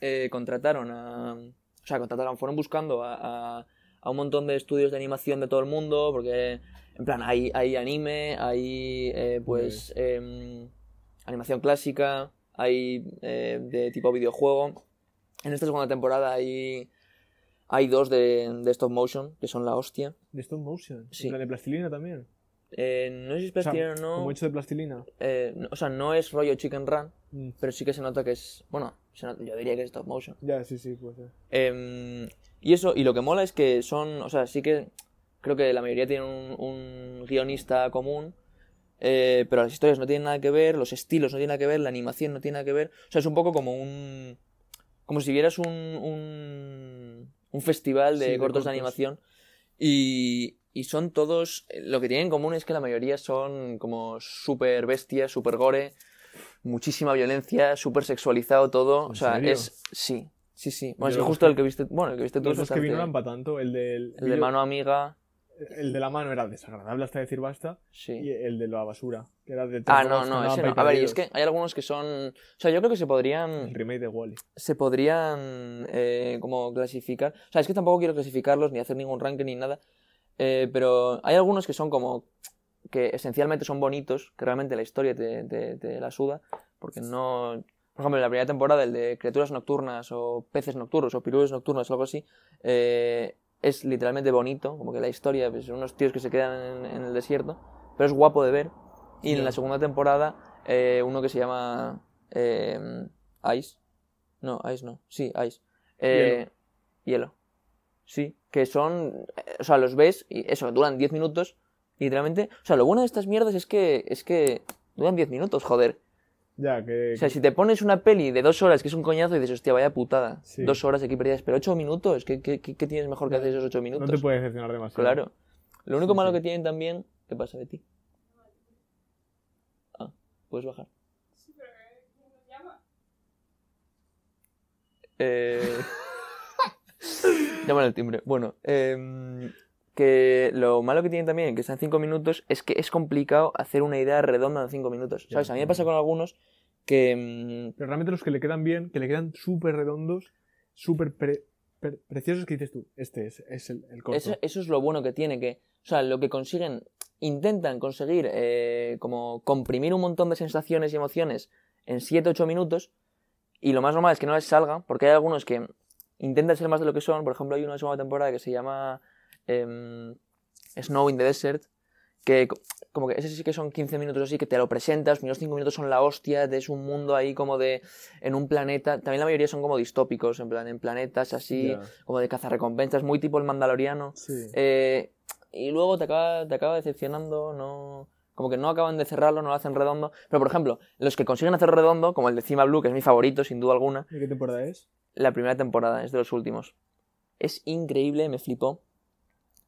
S1: eh, contrataron a. O sea, contrataron, fueron buscando a, a- a un montón de estudios de animación de todo el mundo, porque, en plan, hay, hay anime, hay, eh, pues, em, animación clásica, hay eh, de tipo videojuego. En esta segunda temporada hay, hay dos de, de stop motion, que son la hostia.
S2: De stop motion.
S1: Sí.
S2: En plan de plastilina también.
S1: Eh, no sé si es
S2: O sea,
S1: plastilina o no,
S2: Como hecho de plastilina.
S1: eh, no- O sea, no es rollo Chicken Run,
S2: Mm.
S1: pero sí que se nota que es. Bueno, se nota- yo diría que es stop motion.
S2: Ya, sí, sí, pues. eh.
S1: Em, y eso, y lo que mola es que son. O sea, sí que. Creo que la mayoría tienen un, un guionista común. eh, pero las historias no tienen nada que ver, los estilos no tienen nada que ver, la animación no tiene nada que ver. O sea, es un poco como un. Como si vieras un. un, un festival de
S2: Sí, de
S1: cortos de
S2: cortos.
S1: animación. Y. Y son todos. Lo que tienen en común es que la mayoría son como super bestias, super gore, muchísima violencia, super sexualizado todo.
S2: ¿En
S1: O sea,
S2: serio?
S1: es. Sí, sí, sí. Bueno, es
S2: Yo
S1: que
S2: los
S1: justo
S2: que-
S1: el que viste. Bueno, el que viste tú
S2: Los
S1: es
S2: dos que
S1: bastante-
S2: vinieron para tanto. El del...
S1: El de mano amiga.
S2: El de la mano era desagradable hasta decir basta. Y
S1: Sí.
S2: el de la basura. Que era de
S1: Ah, no, no,
S2: Transformers que
S1: ese no.
S2: andaban
S1: A ver, y
S2: perdidos.
S1: es que hay algunos que son. O sea, yo creo que se podrían.
S2: El remake de Wally.
S1: se podrían eh, como clasificar. O sea, es que tampoco quiero clasificarlos ni hacer ningún ranking ni nada. eh, pero hay algunos que son como que esencialmente son bonitos, que realmente la historia te, te- te la suda, porque no... Por ejemplo, en la primera temporada, el de criaturas nocturnas o peces nocturnos o pirulos nocturnos o algo así, eh, es literalmente bonito, como que la historia, pues, son unos tíos que se quedan en, en el desierto, pero es guapo de ver. Y en
S2: Ya.
S1: la segunda temporada, eh, uno que se llama eh, Ice. No, Ice no. Sí, Ice. Eh, hielo. Sí, que son... eh, O sea, los ves y eso, duran 10 minutos y literalmente... O sea, lo bueno de estas mierdas es que... Es que duran 10 minutos, joder.
S2: Ya, que.
S1: O sea,
S2: que-
S1: si te pones una peli de dos horas, que es un coñazo, y dices, hostia, vaya putada.
S2: Sí.
S1: Dos horas aquí perdidas, pero ocho minutos, ¿qué, qué, qué- qué tienes mejor que hacer esos ocho
S2: no
S1: minutos?
S2: te puedes decepcionar demasiado.
S1: Claro. Lo único
S2: Sí,
S1: malo
S2: sí.
S1: que tienen también... ¿Qué pasa, Betty? Ah, puedes bajar. Eh... *laughs* Llaman al timbre. Bueno, em, que lo malo que tienen también, que están 5 minutos, es que es complicado hacer una idea redonda en 5 minutos.
S2: Ya,
S1: ¿Sabes? A mí me
S2: claro.
S1: pasa con algunos que. em,
S2: Pero realmente los que le quedan bien, que le quedan súper redondos, súper pre- pre- preciosos, que dices tú, este es, es el, el corto.
S1: Eso, eso es lo bueno que tiene, que, o sea, lo que consiguen, intentan conseguir eh, como comprimir un montón de sensaciones y emociones en 7-8 minutos, y lo más normal es que no les salga, porque hay algunos que intentan ser más de lo que son, por ejemplo, hay una segunda temporada que se llama em, Snow in the Desert, que co- como que ese sí que son 15 minutos así que te lo presentas, los primeros 5 minutos son la hostia, es un mundo ahí como de en un planeta, también la mayoría son como distópicos, en plan en planetas así,
S2: Ya.
S1: como de cazarrecompensas, muy tipo el mandaloriano.
S2: Sí.
S1: Eh, y luego te acaba, te acaba decepcionando, no. Como que no acaban de cerrarlo, no lo hacen redondo. Pero por ejemplo, los que consiguen hacer redondo, como el de Cima Blue, que es mi favorito, sin duda alguna,
S2: ¿De qué temporada es?
S1: la primera temporada, es de los últimos. Es increíble, me flipó.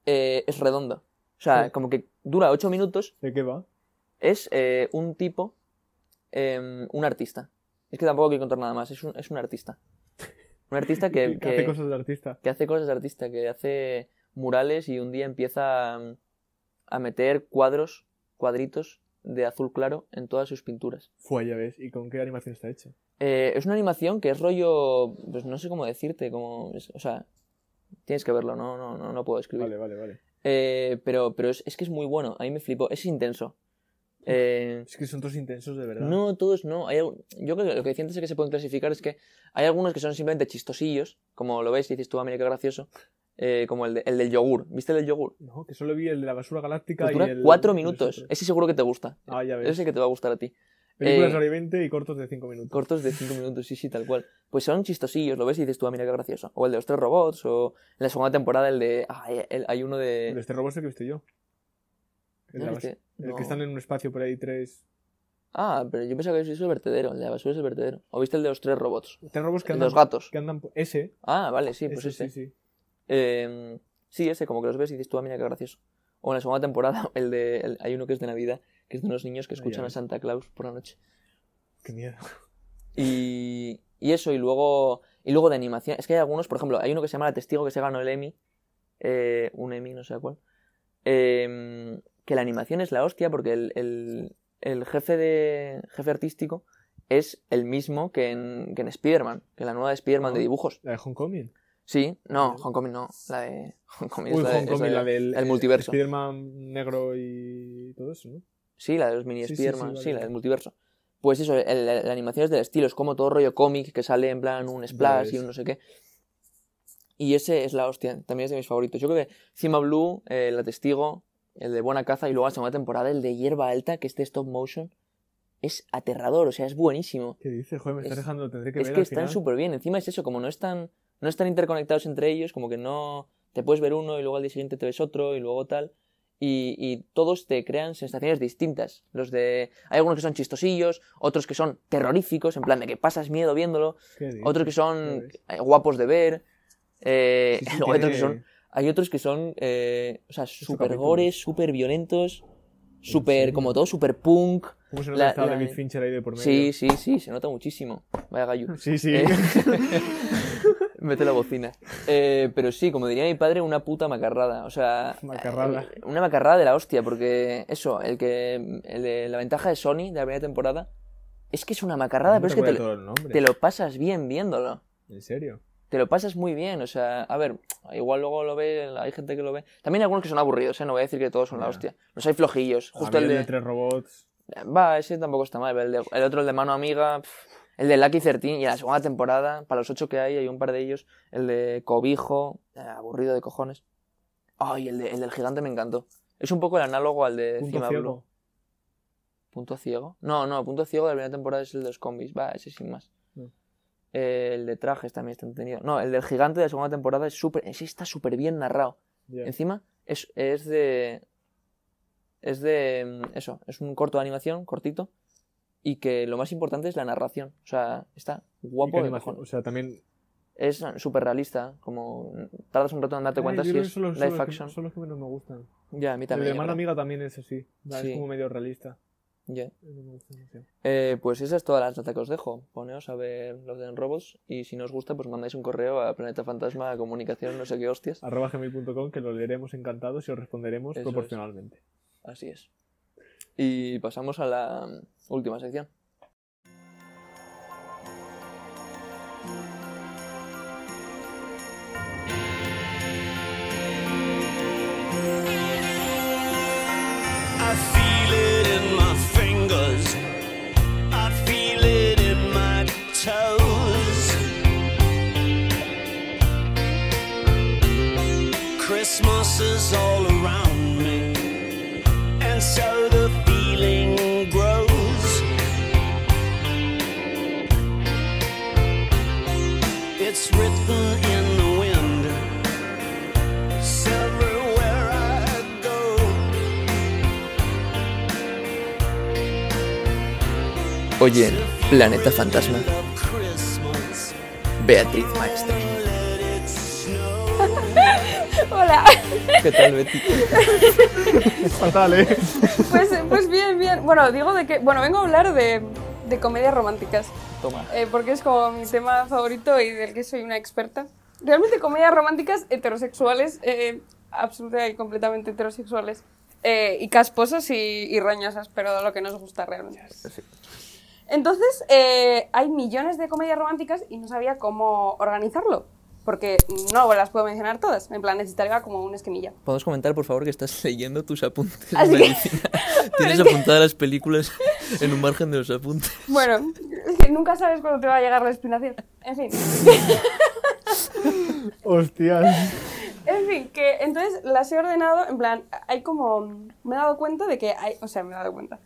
S1: Eh, es redondo. O sea,
S2: Sí.
S1: como que dura 8 minutos.
S2: ¿De qué va?
S1: Es eh, un tipo, em, un artista. Es que tampoco quiero contar nada más, es un, es un artista. Un artista que,
S2: Que, *laughs* hace
S1: que-
S2: cosas de artista.
S1: que hace cosas de artista, que hace murales y un día empieza mm, a, meter cuadros, cuadritos de azul claro en todas sus pinturas.
S2: Fue, ya ves. ¿Y con qué animación está hecha?
S1: Eh, es una animación que es rollo, pues no sé cómo decirte, como, es- o sea, tienes que verlo, no, no, no, no puedo escribir.
S2: Vale, vale, vale.
S1: Eh, pero pero es, es que es muy bueno, a mí me flipó, es intenso. Eh,
S2: Es que son todos intensos, de verdad.
S1: no, todos no. Hay, algu- yo creo que lo que sientes es que se pueden clasificar es que hay algunos que son simplemente chistosillos, como lo ves y dices tú, ah, mira qué gracioso, eh, como el, de- el del yogur. ¿Viste el del yogur?
S2: No, que solo vi el de la basura galáctica
S1: Pues dura
S2: y el...
S1: cuatro
S2: y los
S1: minutos.
S2: otros.
S1: Ese seguro que te gusta.
S2: Ah, ya ves.
S1: Ese que te va a gustar a ti.
S2: Películas
S1: eh,
S2: de hora y 20 y cortos de 5 minutos.
S1: Cortos de cinco minutos, sí, sí, tal cual. Pues son chistosillos, lo ves y dices tú, ah, mira qué gracioso. O el de los tres robots, o en la segunda temporada el de. ah, el- hay uno
S2: De
S1: de.
S2: este robot es el que he visto yo. El, de
S1: ¿no
S2: la
S1: viste?
S2: bas- el
S1: No.
S2: que están en un espacio por ahí tres...
S1: Ah, pero yo pensaba que eso es el vertedero, el de la basura es el vertedero. ¿O viste el de los tres robots?
S2: Tres robots Este que
S1: El de
S2: andan...
S1: los gatos.
S2: Que andan... por- Ese.
S1: Ah, vale, sí, pues
S2: ese,
S1: ese.
S2: Sí, sí.
S1: Eh, sí, ese, como que los ves y dices tú, ah, mira qué gracioso. O en la segunda temporada, *laughs* el de, el- hay uno que es de Navidad, que es de unos niños que
S2: Ah, ya
S1: escuchan a
S2: ves.
S1: Santa Claus por la noche.
S2: Qué miedo.
S1: Y, y eso, y luego, y luego de animación. Es que hay algunos, por ejemplo, hay uno que se llama La Testigo que se ganó el Emmy, eh, un Emmy, no sé cuál, eh, que la animación es la hostia porque el, el- el jefe, de, jefe artístico es el mismo que en, que en Spider-Man, que la nueva de Spider-Man de
S2: Ah.
S1: dibujos.
S2: La de Homecoming.
S1: Sí, no,
S2: Vale.
S1: Homecoming no, la de *laughs* Homecoming es
S2: Uy,
S1: la de- es
S2: Homecoming,
S1: la
S2: la
S1: de-
S2: del...
S1: el multiverso.
S2: Spider-Man negro y todo eso, ¿no?
S1: Sí, la de los mini
S2: Sí, sí, sí,
S1: Spider-Man, sí,
S2: vale.
S1: la del multiverso. Pues eso, el- el- la animación es del estilo, es como todo rollo cómic que sale en plan un splash y
S2: ves.
S1: un no sé qué. Y ese es la hostia, también es de mis favoritos. Yo creo que Cima Blue, eh, La Testigo, el de Buena Caza y luego la segunda temporada, el de Hierba Alta, que es de stop motion, es aterrador, o sea, es buenísimo.
S2: ¿Qué dices? Joder, me estás
S1: Es-
S2: dejando, lo tendré que
S1: es
S2: ver
S1: que
S2: al
S1: están
S2: final.
S1: súper bien, encima es eso, como no están, no están interconectados entre ellos, como que no te puedes ver uno y luego al día siguiente te ves otro y luego tal. Y, y todos te crean sensaciones distintas. Los de. Hay algunos que son chistosillos, otros que son terroríficos, en plan de que pasas miedo viéndolo,
S2: ¿Qué dices?
S1: otros que
S2: Ya
S1: son
S2: ves.
S1: eh, guapos de ver. eh,
S2: Sí,
S1: *laughs*
S2: sí,
S1: luego hay otros que
S2: tiene-
S1: son. Hay otros que son. eh, o sea, súper
S2: capítulo.
S1: gores, súper violentos, súper.
S2: serio?
S1: como todo, súper punk.
S2: ¿Cómo se
S1: la-
S2: nota estaba
S1: la-
S2: David Fincher ahí de por medio?
S1: Sí, sí, sí, se nota muchísimo. Vaya gallo.
S2: Sí, sí.
S1: Eh, Mete la bocina. Eh, pero sí, como diría mi padre, una puta macarrada. O sea.
S2: Macarrada.
S1: eh, Una macarrada de la hostia, porque eso, el que. el de- la ventaja de Sony de la primera temporada es que es una macarrada,
S2: No
S1: pero es que te,
S2: acuerdo
S1: lo-
S2: de todo el nombre.
S1: te lo pasas bien viéndolo.
S2: ¿En serio?
S1: Te lo pasas muy bien, o sea, a ver, igual luego lo ve, hay gente que lo ve. También hay algunos que son aburridos, ¿eh? No voy a decir que todos son la
S2: Ya.
S1: hostia. Los hay flojillos. Justo
S2: A mí
S1: el de.
S2: tres robots.
S1: Va, ese tampoco está mal. pero El, de- el otro, el de mano amiga. pf, el de Lucky 13 y la segunda temporada, para los ocho que hay, hay un par de ellos. El de Cobijo, eh, aburrido de cojones. Ay, el, de- el del gigante me encantó. Es un poco el análogo al de
S2: Punto
S1: Cima Blue.
S2: ciego.
S1: ¿Punto ciego? No, no, punto ciego de la primera temporada es el de los combis. Va, ese sin más.
S2: No.
S1: Eh, el de trajes también está entretenido. No, el del gigante de la segunda temporada es súper. Ese está súper bien narrado.
S2: Ya.
S1: Encima es, es de. Es de. mm, Eso, es un corto de animación, cortito. Y que lo más importante es la narración. O sea, está
S2: ¿Y qué
S1: guapo de
S2: animación?
S1: cojones.
S2: O sea, también...
S1: Es súper realista. Como tardas un rato en darte
S2: Ay,
S1: cuenta
S2: Eh, yo
S1: si
S2: creo
S1: es
S2: que son los-
S1: live
S2: son los que-
S1: action.
S2: Son los que menos me gustan.
S1: Ya, a mí
S2: El
S1: también.
S2: de
S1: yo
S2: mano
S1: creo.
S2: amiga también es así. Va,
S1: Sí.
S2: Es como medio realista.
S1: Ya.
S2: No me gusta demasiado.
S1: Eh, pues esas todas las notas que os dejo. Poneos a ver los de Robots. Y si no os gusta, pues mandáis un correo a Planeta Fantasma, comunicación, no sé qué hostias.
S2: Arroba gmail.com que lo leeremos encantados y os responderemos
S1: Eso es.
S2: proporcionalmente.
S1: Así es. Y pasamos a la última sección.
S5: I feel it in my fingers. I feel it in my toes. Christmas is all around me,
S1: Oye, Planeta Fantasma. Beatriz Maestre.
S6: Hola. *laughs*
S1: ¿Qué tal, Betty?
S2: Fatal, ¿eh?
S6: Pues, pues bien, bien. Bueno, digo de que. Bueno, vengo a hablar de, de comedias románticas.
S1: Toma.
S6: eh, porque es como mi tema favorito y del que soy una experta. Realmente comedias románticas heterosexuales, eh, absoluta y completamente heterosexuales. eh, y casposas y, y roñosas, pero lo que nos gusta realmente.
S1: Sí.
S6: Entonces, eh, hay millones de comedias románticas y no sabía cómo organizarlo. Porque no las puedo mencionar todas. En plan, necesitaría como un esquemilla.
S1: Podemos comentar, por favor, que estás leyendo tus apuntes
S6: Así
S1: de
S6: que-
S1: medicina.
S6: *laughs*
S1: Tienes
S6: es que-
S1: apuntadas las películas en un margen de los apuntes.
S6: Bueno, *laughs* es que nunca sabes cuándo te va a llegar la espinación. En fin.
S2: Hostias.
S6: En fin, que entonces las he ordenado, en plan, hay como... Me he dado cuenta de que hay... O sea, me he dado cuenta.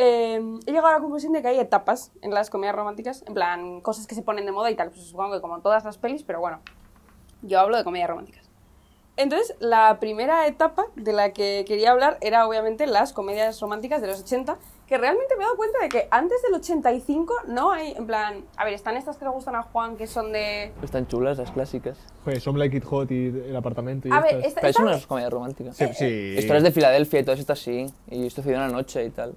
S6: Eh, he llegado a la conclusión de que hay etapas en las comedias románticas, en plan, cosas que se ponen de moda y tal, pues supongo que como en todas las pelis, pero bueno, yo hablo de comedias románticas. Entonces, la primera etapa de la que quería hablar era obviamente las comedias románticas de los 80, que realmente me he dado cuenta de que antes del 85 no hay, en plan, a ver, están estas que le gustan a Juan, que son de...
S1: Están chulas las clásicas.
S2: Pues Some Like It Hot y el apartamento y
S6: A ver,
S2: estas.
S6: esta-
S1: Pero es
S6: esta-
S1: una comedia romántica.
S2: Sí, sí.
S1: Historias de Filadelfia y todas estas sí. Y esto fue una noche y tal.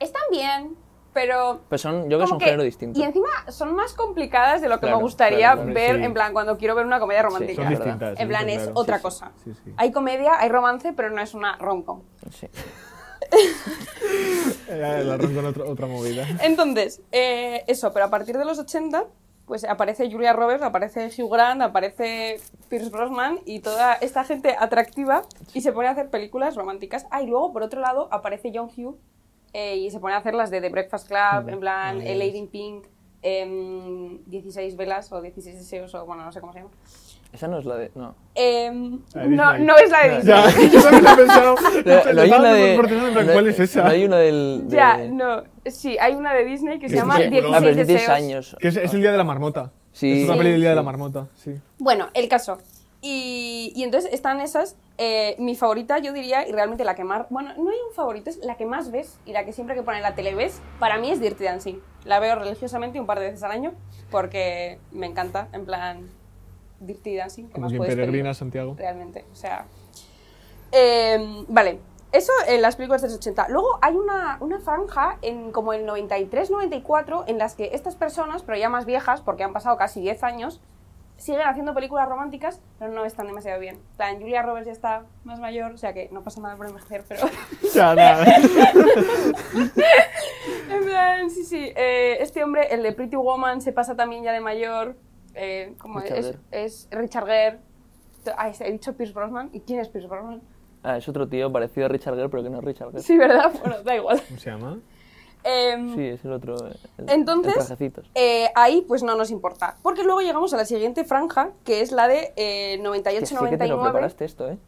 S6: están bien, pero
S1: Pero son, yo creo que
S6: Como
S1: son
S6: que-
S1: género distinto.
S6: Y encima son más complicadas de lo que
S1: Claro,
S6: me gustaría
S1: claro, claro,
S6: ver,
S2: sí.
S6: en plan, cuando quiero ver una comedia
S1: Sí,
S6: romántica.
S2: Son
S1: la verdad.
S2: distintas.
S6: en plan,
S2: sí,
S6: es
S2: claro.
S6: otra
S2: Sí, sí,
S6: cosa.
S2: sí, sí.
S6: Hay comedia, hay romance, pero no es una rom-com.
S1: Sí.
S2: Eh, la arranco en otra, otra movida.
S6: Entonces, eh, eso, pero a partir de los 80, pues aparece Julia Roberts, aparece Hugh Grant, aparece Pierce Brosnan y toda esta gente atractiva y se pone a hacer películas románticas. Ah, y luego, por otro lado, aparece John Hughes eh, y se pone a hacer las de The Breakfast Club, en plan
S2: ah,
S6: El
S2: yes.
S6: Lady in Pink, em, 16 velas o 16 deseos o bueno, no sé cómo se llama.
S1: Esa no es la de. No.
S6: Em,
S2: La de
S6: no,
S2: Disney.
S6: no es la de Disney.
S2: *laughs* Ya, yo también la he *laughs*
S1: No,
S2: pensado.
S1: no hay
S2: Estaba
S1: una de.
S2: proporcionando en plan,
S1: no-
S2: ¿Cuál es esa?
S1: No hay una del. de-
S6: Ya, no. Sí, hay una de Disney que se
S2: Sí,
S6: llama
S2: sí, sí.
S1: Ah, pero
S6: 16
S1: es de 10
S6: deseos.
S1: años.
S2: Que es, es el día de la marmota.
S1: Sí.
S2: Es una
S6: Sí.
S2: peli del día de la marmota, sí.
S6: Bueno, el caso. Y, y entonces están esas. eh, mi favorita, yo diría, y realmente la que más. Bueno, no hay un favorito, es la que más ves y la que siempre que ponen la tele ves. Para mí es Dirty Dancing. La veo religiosamente un par de veces al año porque me encanta. En plan, Dirty Dancing. ¿qué
S2: Como
S6: más
S2: quien
S6: puedes pedir?
S2: peregrina a Santiago.
S6: realmente. O sea. eh, vale. Eso en las películas de los 80. Luego hay una, una franja en como el 93-94 en las que estas personas, pero ya más viejas, porque han pasado casi 10 años, siguen haciendo películas románticas, pero no están demasiado bien. En plan, Julia Roberts ya está más mayor, o sea que no pasa nada por envejecer, pero... *laughs*
S2: Ya, nada.
S6: En plan, sí, sí. eh, este hombre, el de Pretty Woman, se pasa también ya de mayor. eh, ¿cómo
S1: Richard
S6: es?
S1: Gere.
S6: Es Richard Gere. Ay, he dicho Pierce Brosnan. ¿Y quién es Pierce Brosnan?
S1: Ah, es otro tío parecido a Richard Gere, pero que no es Richard Gere.
S6: Sí, ¿verdad? *laughs* Bueno, da igual.
S2: *laughs* ¿Cómo se llama?
S6: Em,
S1: Sí, es el otro. el- el
S6: Entonces-
S1: trajecitos.
S6: eh, ahí pues no nos importa. Porque luego llegamos a la siguiente franja, que es la de eh,
S1: Que sí que te lo
S6: 98-99.
S1: preparaste esto, ¿eh?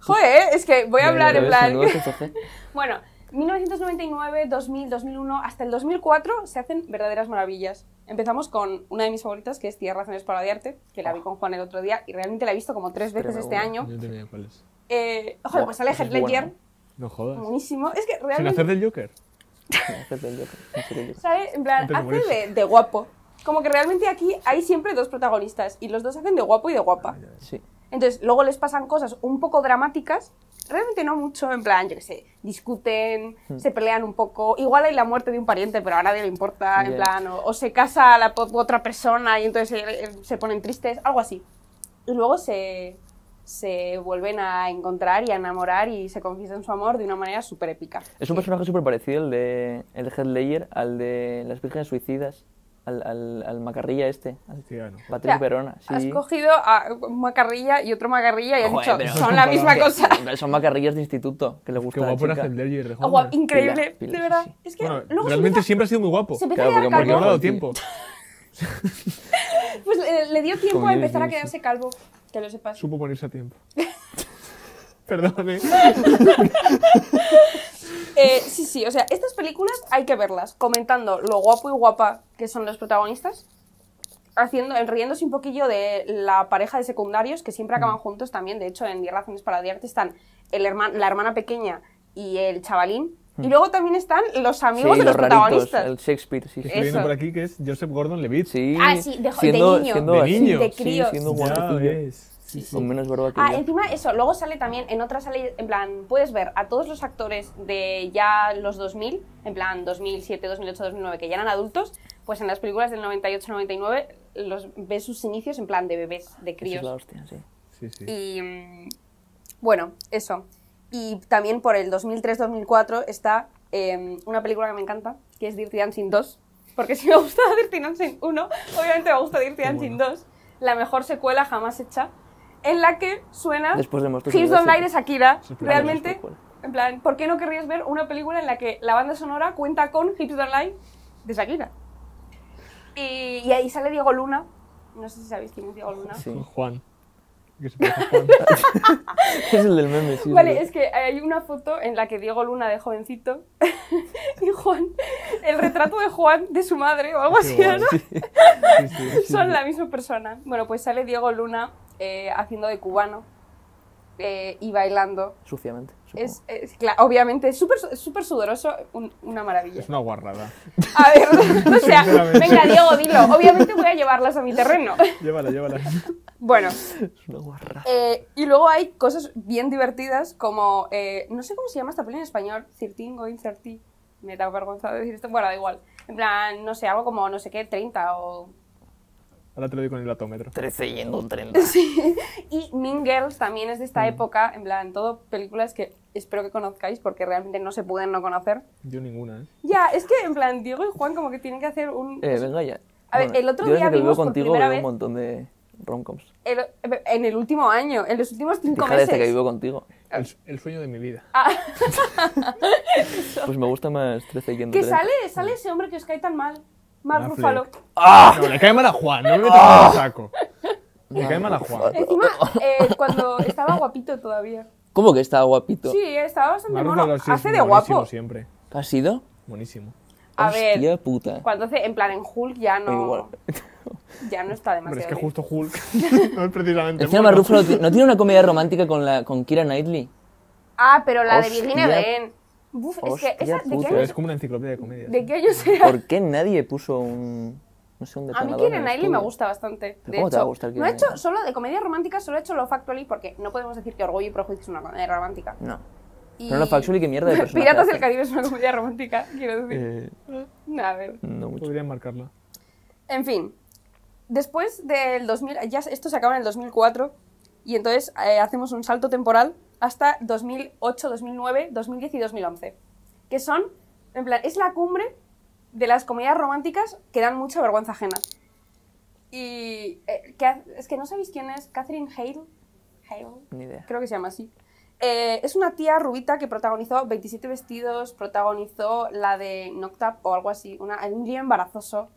S6: Joder, es que voy a
S1: Ya,
S6: hablar
S1: ya
S6: en
S1: ves,
S6: plan...
S1: menudo
S6: *laughs*
S1: CCG.
S6: Bueno, 1999, 2000, 2001, hasta el 2004 se hacen verdaderas maravillas. Empezamos con una de mis favoritas, que es Tienes razones para odiarte, que
S1: Ah.
S6: la vi con Juan el otro día y realmente la he visto como tres veces
S1: Espérame
S6: este
S1: una.
S6: año.
S2: Yo tenía cuál es.
S6: Eh, ojo,
S1: Buah,
S6: pues sale
S1: esa
S6: Heath
S1: es buena.
S6: Ledger,
S2: No jodas.
S6: buenísimo. Es que
S2: Sin
S6: realmente...
S2: hacer del Joker.
S1: Hacerte el Joker, hacerte el Joker.
S6: ¿Sabes? En plan,
S2: Antes de
S6: hace de, de guapo. Como que realmente aquí hay siempre dos protagonistas y los dos hacen de guapo y de guapa.
S1: Sí.
S6: Entonces, luego les pasan cosas un poco dramáticas, realmente no mucho, en plan, yo qué sé, discuten,
S2: Hmm.
S6: se pelean un poco. Igual hay la muerte de un pariente, pero a nadie le importa, en
S1: Ya.
S6: plan, o, o se casa la po- otra persona y entonces eh, eh, se ponen tristes, algo así. Y luego se, se vuelven a encontrar y a enamorar y se confiesan su amor de una manera súper épica.
S1: Es un personaje súper parecido, el de, el de Heath Ledger, al de Las Vírgenes Suicidas, al, al, al macarrilla este, al
S2: Sí, ah, no.
S1: Patrick
S6: O sea,
S1: Verona. Sí.
S6: Has cogido a un macarrilla y otro macarrilla y has
S1: Joder, pero-
S6: dicho, son la misma
S1: Que-
S6: cosa.
S1: pero *laughs* Son macarrillas de instituto, que le gusta
S2: Qué
S1: a la
S2: guapo era
S1: chica.
S2: hacer del Joker. de
S6: Ah, *laughs* guau,
S2: Homer.
S6: increíble,
S1: Pila, pila,
S6: de verdad.
S1: sí, sí.
S6: Es que
S2: Bueno,
S6: luego se
S2: realmente
S6: empieza-
S2: siempre ha sido muy guapo.
S6: se empezó
S1: Claro,
S6: a quedar
S1: porque
S2: Porque no
S6: calvo.
S2: ha dado
S1: Sí.
S6: *laughs*
S2: tiempo.
S6: Pues eh, le dio tiempo
S1: Como
S6: a
S1: yo
S6: empezar a
S1: decía,
S6: quedarse calvo. Que lo sepas.
S2: Supo ponerse a tiempo. Perdón, eh.
S6: *laughs* Eh, sí, sí, o sea, estas películas hay que verlas comentando lo guapo y guapa que son los protagonistas, haciendo, riéndose un poquillo de la pareja de secundarios que
S1: Mm.
S6: siempre acaban juntos también. De hecho, en 10 razones para odiarte están el herma- la hermana pequeña y el chavalín, Y luego también están los amigos de los,
S1: Mm. raritos,
S6: protagonistas.
S1: el Shakespeare, sí, sí.
S2: Estoy viendo
S6: Eso.
S2: por aquí que es Joseph Gordon-Levitt.
S1: Sí,
S7: Ah, sí, de jo- de
S1: siendo,
S7: niño.
S1: siendo
S2: De
S1: así,
S2: niño.
S7: De
S1: sí,
S7: crío.
S1: siendo
S2: Ya
S1: guapecillo,
S2: ves. Sí, sí.
S1: con menos barba que
S6: Ah,
S1: yo.
S6: encima eso, luego sale también, en otra sale, en plan, puedes ver a todos los actores de ya los 2000, en plan 2007, 2008, 2009, que ya eran adultos, pues en las películas del 98, 99, los ves sus inicios en plan de bebés,
S1: Eso
S6: de
S1: es la
S6: críos.
S1: hostia, sí.
S2: Sí, sí.
S6: Y mm, bueno, eso. Y también por el 2003-2004 está eh, una película que me encanta, que es Dirty Dancing 2. Porque si me gusta *laughs* Dirty Dancing 1, obviamente me gusta Dirty Dancing 2, la mejor secuela jamás hecha, en la que suena
S1: Después de Monstruos
S6: Hips Don't Lie de
S1: University.
S6: Shakira.
S2: Sí, claro,
S6: Realmente,
S1: secuela.
S6: en plan, ¿por qué no querrías ver una película en la que la banda sonora cuenta con Hips Don't Lie de Shakira? Y, y ahí sale Diego Luna. No sé si sabéis quién es Diego Luna.
S2: Ah,
S1: Sí.
S2: Juan. Que se parece a
S6: *laughs*
S2: Juan.
S1: Es el del meme, sí.
S6: Vale,
S1: verdad.
S6: es que hay una foto en la que Diego Luna de jovencito *laughs* y Juan, el retrato de Juan de su madre o algo así, ¿no?
S2: Sí, sí, sí.
S6: *laughs* Son la misma persona. Bueno, pues sale Diego Luna eh, haciendo de cubano eh, y bailando.
S1: Suciamente. supongo.
S6: Es, es cla- obviamente, es súper es súper sudoroso, un- una maravilla.
S2: Es una guarrada.
S6: A ver, o sea,
S2: Sinceramente.
S6: venga, Diego, dilo. Obviamente voy a llevarlas a mi terreno.
S2: Llévala, llévala.
S6: Bueno,
S1: Es una guarra.
S6: Eh, y luego hay cosas bien divertidas como, eh, no sé cómo se llama esta peli en español, Cirtingo, Going 30. Me da vergüenza decir esto, bueno, da igual. En plan, no sé, algo como, no sé qué, 30 o...
S2: Ahora te lo digo con el latómetro.
S1: 13 yendo
S6: *laughs*
S1: 30.
S6: Y Mean Girls también es de
S1: Mm.
S6: esta época, en plan, todo películas que espero que conozcáis porque realmente no se pueden no conocer.
S2: Yo ninguna, ¿eh?
S6: Ya, es que en plan, Diego y Juan como que tienen que hacer un...
S1: Eh, venga ya.
S6: A ver, el otro
S1: yo desde
S6: día
S1: que vivo
S6: vimos por
S1: contigo
S6: primera
S1: veo
S6: vez-
S1: un montón de romcoms.
S6: el- en el último año, en los últimos cinco
S1: Fíjate desde este que
S6: meses.
S1: vivo contigo.
S6: Ah.
S2: El, el sueño de mi vida.
S1: Pues me gusta más 13 yendo
S6: Que
S1: 30.
S6: sale, sale ese hombre que os cae tan mal, Mark
S2: Affleck.
S6: Ruffalo. Ah.
S2: No, le cae mal a Juan. No me metas en el saco. Le cae mal a Juan.
S6: Encima, eh, cuando estaba guapito todavía.
S1: ¿Cómo que está guapito?
S6: Sí, estaba bastante
S2: Marco
S6: mono.
S2: Polo sí es
S6: Hace de
S2: buenísimo
S6: guapo.
S2: siempre.
S1: ¿Ha sido?
S2: Buenísimo.
S6: A
S1: Hostia
S6: ver,
S1: puta.
S6: cuando hace, en plan, en Hulk ya no,
S1: Igual.
S6: ya no está
S2: Hombre,
S6: demasiado
S2: es que
S6: bien.
S2: justo Hulk
S6: *laughs*
S2: *laughs* no es precisamente
S1: Encima
S2: bueno.
S1: Mark Ruffalo ti- no tiene una comedia romántica con, la, con Kira
S6: *laughs*
S1: Knightley.
S6: Ah, pero la de
S1: Hostia.
S6: Virginia Ben. Buf, es que
S1: Hostia
S6: esa, ¿de qué
S1: puta.
S2: Pero
S6: años,
S2: Es como una enciclopedia de comedias.
S6: de qué
S1: *laughs*
S6: años era?
S1: ¿Por qué nadie puso un... no sé, un
S6: A mí
S1: detonador en
S6: Kira
S1: el
S6: Knightley me
S1: estudio?
S6: gusta bastante.
S1: ¿Pero
S6: De
S1: cómo te va a
S6: hecho,
S1: gustar
S6: no he
S1: Keira
S6: hecho
S1: Knightley?
S6: solo de comedia romántica, solo he hecho Love Actually porque no podemos decir que Orgullo y Prejuicio es una comedia romántica.
S1: No.
S6: Y...
S1: Pero Love Actually, qué
S6: *laughs*
S1: mierda de personaje
S6: Piratas del
S1: hace.
S6: Caribe es una comedia romántica, quiero decir.
S1: Eh,
S6: A ver.
S1: no mucho.
S2: Podrían marcarla.
S6: En fin, después del 2000, ya esto se acaba en el 2004 y entonces eh, hacemos un salto temporal hasta 2008, 2009, 2010 y 2011, que son, en plan, es la cumbre de las comedias románticas que dan mucha vergüenza ajena. Y eh, que ha- es que no sabéis quién es, Catherine Hale, Hale
S1: Ni idea.
S6: creo que se llama así. Eh, es una tía rubita que protagonizó 27 vestidos, protagonizó la de Noctap o algo así, una, un lío embarazoso.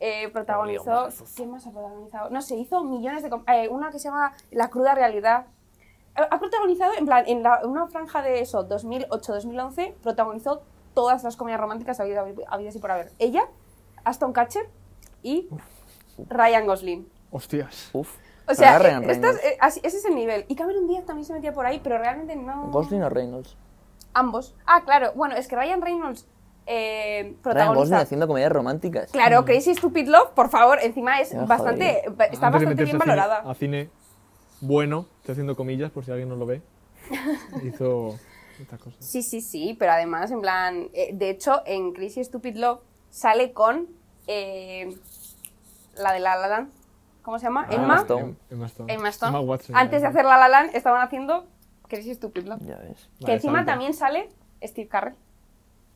S6: Eh, protagonizó. ¿Qué más ha protagonizado? No sé, hizo millones de. com- eh, una que se llama La cruda realidad. Ha ha protagonizado, en plan, en la- en una franja de eso, 2008-2011, protagonizó todas las comedias románticas habidas, habidas y por haber. Ella, Aston Catcher y Ryan Gosling.
S2: Hostias.
S1: Uf.
S6: O sea,
S1: Agarren,
S6: eh, estas-
S1: Reynolds.
S6: eh, así- ese es el nivel. Y Cameron Díaz también se metía por ahí, pero realmente no.
S1: Gosling o Reynolds.
S6: Ambos. Ah, claro. Bueno, es que Ryan Reynolds eh,
S1: Ryan Gosling
S6: protagoniza.
S1: haciendo comedias románticas.
S6: Claro, Crazy Stupid Love, por favor, encima es
S1: Ya,
S6: bastante, ba- está
S2: Antes de
S6: bastante bien
S2: meterse ah. a cine-
S6: valorada.
S2: A cine bueno, estoy haciendo comillas por si alguien no lo
S6: *laughs*
S2: ve. Hizo estas cosas.
S6: Sí, sí, sí, pero además, en plan, eh, de hecho, en Crazy Stupid Love sale con eh, la de La La Land. ¿Cómo se llama?
S1: Ah,
S6: Emma.
S1: Emma Stone.
S2: Emma Stone.
S6: Emma Stone.
S2: Emma Watson.
S6: Antes de hacer La La Land estaban haciendo Crazy Stupid Love.
S1: Ya ves.
S6: que
S2: Vale,
S6: encima
S2: salta.
S6: también sale Steve Carell.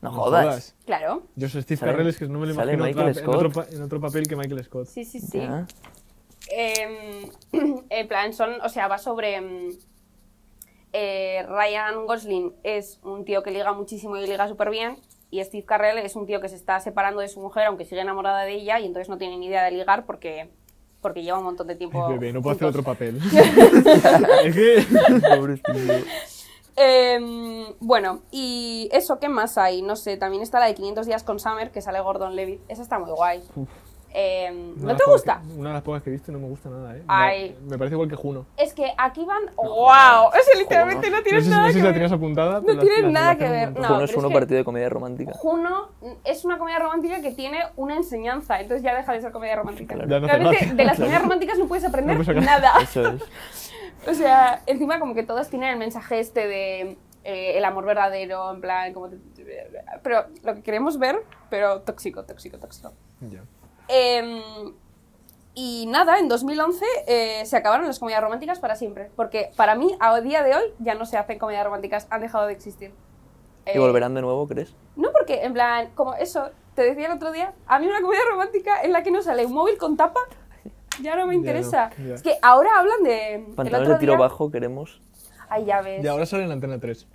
S1: No
S2: No
S1: jodas.
S6: Claro.
S2: Yo soy Steve
S1: Sale-
S2: Carrell, es que no me lo
S1: sale
S2: imagino otra-
S1: Michael
S2: en, otro,
S1: Scott.
S2: pa- en otro papel que Michael Scott.
S6: Sí, sí, sí.
S1: Ya.
S6: Eh, *clears throat* en plan, son, o sea, va sobre. mm, eh, Ryan Gosling es un tío que liga muchísimo y liga súper bien. Y Steve Carrell es un tío que se está separando de su mujer, aunque sigue enamorada de ella, y entonces no tiene ni idea de ligar porque, porque lleva un montón de tiempo.
S2: Ay, bebé, no puedo hacer
S6: juntos.
S2: otro papel.
S6: *laughs*
S2: es que...
S6: Eh, bueno, y eso, ¿qué más hay? No sé, también está la de 500 días con Summer, que sale Gordon Levitt. Esa está muy guay. eh,
S2: Una de
S6: ¿No
S2: las
S6: te
S2: pocas
S6: gusta?
S2: que- una de las pocas que he visto y no me gusta nada, ¿eh? Me-
S6: Ay.
S2: Me, parece igual que Juno.
S6: Es que aquí van. ¡Wow! Es que literalmente no
S2: No
S6: tienes
S2: sé,
S6: nada
S2: no sé si
S6: que
S2: la
S6: ver.
S2: tenías apuntada.
S6: No
S2: pero la-
S6: tiene
S2: la-
S6: nada
S2: la
S6: que
S2: tengo
S6: ver,
S2: apuntada.
S6: No,
S1: Juno es
S6: pero es
S1: uno
S6: que-
S1: partido de comedia
S6: *laughs*
S1: romántica.
S6: Juno mm, es una comedia romántica que tiene una enseñanza, entonces ya deja de ser comedia romántica.
S1: Claro.
S2: Ya no hace
S6: Realmente,
S2: gracia.
S6: de las
S1: Claro.
S6: comedias románticas no puedes aprender
S2: No puedes sacar-
S6: nada.
S1: Eso es.
S6: *laughs* O sea, encima como que todas tienen el mensaje este de eh, el amor verdadero, en plan, como... te- Pero lo que queremos ver, pero tóxico, tóxico, tóxico.
S2: Ya.
S6: Em, y nada, en 2011 eh, se acabaron las comedias románticas para siempre, porque para mí, a día de hoy, ya no se hacen comedias románticas, han dejado de existir.
S1: ¿Y
S6: Eh,
S1: volverán de nuevo, crees?
S6: no, porque, en plan, como eso, te decía el otro día, a mí una comedia romántica en la que no sale un móvil con tapa, ya no me
S2: Ya
S6: interesa.
S2: no, ya.
S6: Es que ahora hablan de. el
S1: Pantalones
S6: otro
S1: de tiro
S6: día-
S1: bajo queremos.
S6: Ay, ya ves.
S2: Y ahora salen en Antena 3.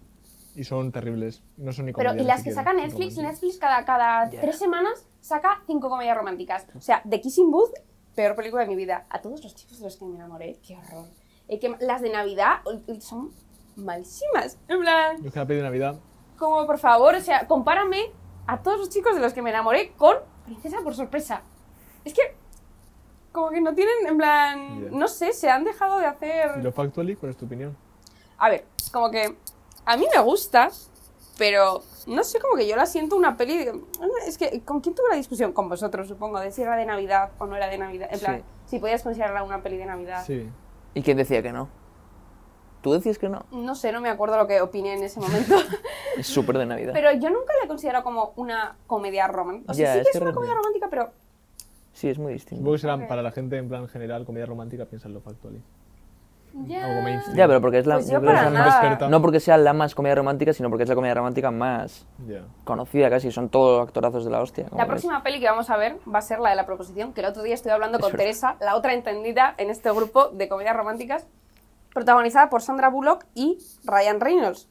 S2: Y son terribles. No son ni
S6: Pero,
S2: comedias
S6: y
S2: ni
S6: las que
S2: siquiera,
S6: saca
S2: son
S6: Netflix,
S2: románticas.
S6: Netflix cada, cada
S1: Ya.
S6: tres semanas saca cinco comedias románticas. O sea, The Kissing Booth, peor película de mi vida. A todos los chicos de los que me enamoré, qué horror. Eh, que las de Navidad eh, son malísimas. En plan,
S2: Yo es que la peli de Navidad.
S6: Como, por favor, o sea, compárame a todos los chicos de los que me enamoré con Princesa por sorpresa. Es que, como que no tienen, en plan,
S2: Ya.
S6: no sé, se han dejado de
S2: ¿Y
S6: hacer...
S2: lo Factually? ¿Cuál es tu opinión?
S6: A ver, como que a mí me gusta, pero no sé, como que yo la siento una peli... de- "Ah, Es que, ¿con quién tuve la discusión? Con vosotros, supongo, de si era de Navidad o no era de Navidad. En plan,
S1: Sí.
S6: si podías considerarla una peli de Navidad.
S2: Sí.
S1: ¿Y quién decía que no? Tú decías que no.
S6: No sé, no me acuerdo lo que opiné en ese
S1: *laughs*
S6: momento.
S1: Es súper de Navidad.
S6: Pero yo nunca la considero como una comedia romántica. O sea,
S1: Ya,
S6: sí
S1: es
S6: que es
S1: que
S6: una
S1: realmente-
S6: comedia romántica, pero
S1: Sí, es muy distinto.
S2: Supongo que será
S6: Ok.
S2: para la gente en plan general, comedia romántica, piensa en lo Factually.
S6: Ya.
S2: Algo mainstream.
S1: Ya, pero porque es la.
S6: Pues
S1: yo
S6: yo
S1: creo que
S6: para
S1: es la
S6: nada.
S1: más-
S2: experta.
S1: no porque sea la más comedia romántica, sino porque es la comedia romántica más
S2: Ya.
S1: conocida casi. Son todos actorazos de la hostia. como
S6: La
S1: ves.
S6: próxima peli que vamos a ver va a ser la de la proposición, que el otro día estuve hablando
S1: Es
S6: con
S1: verdad.
S6: Teresa, la otra entendida en este grupo de comedias románticas, protagonizada por Sandra Bullock y Ryan Reynolds.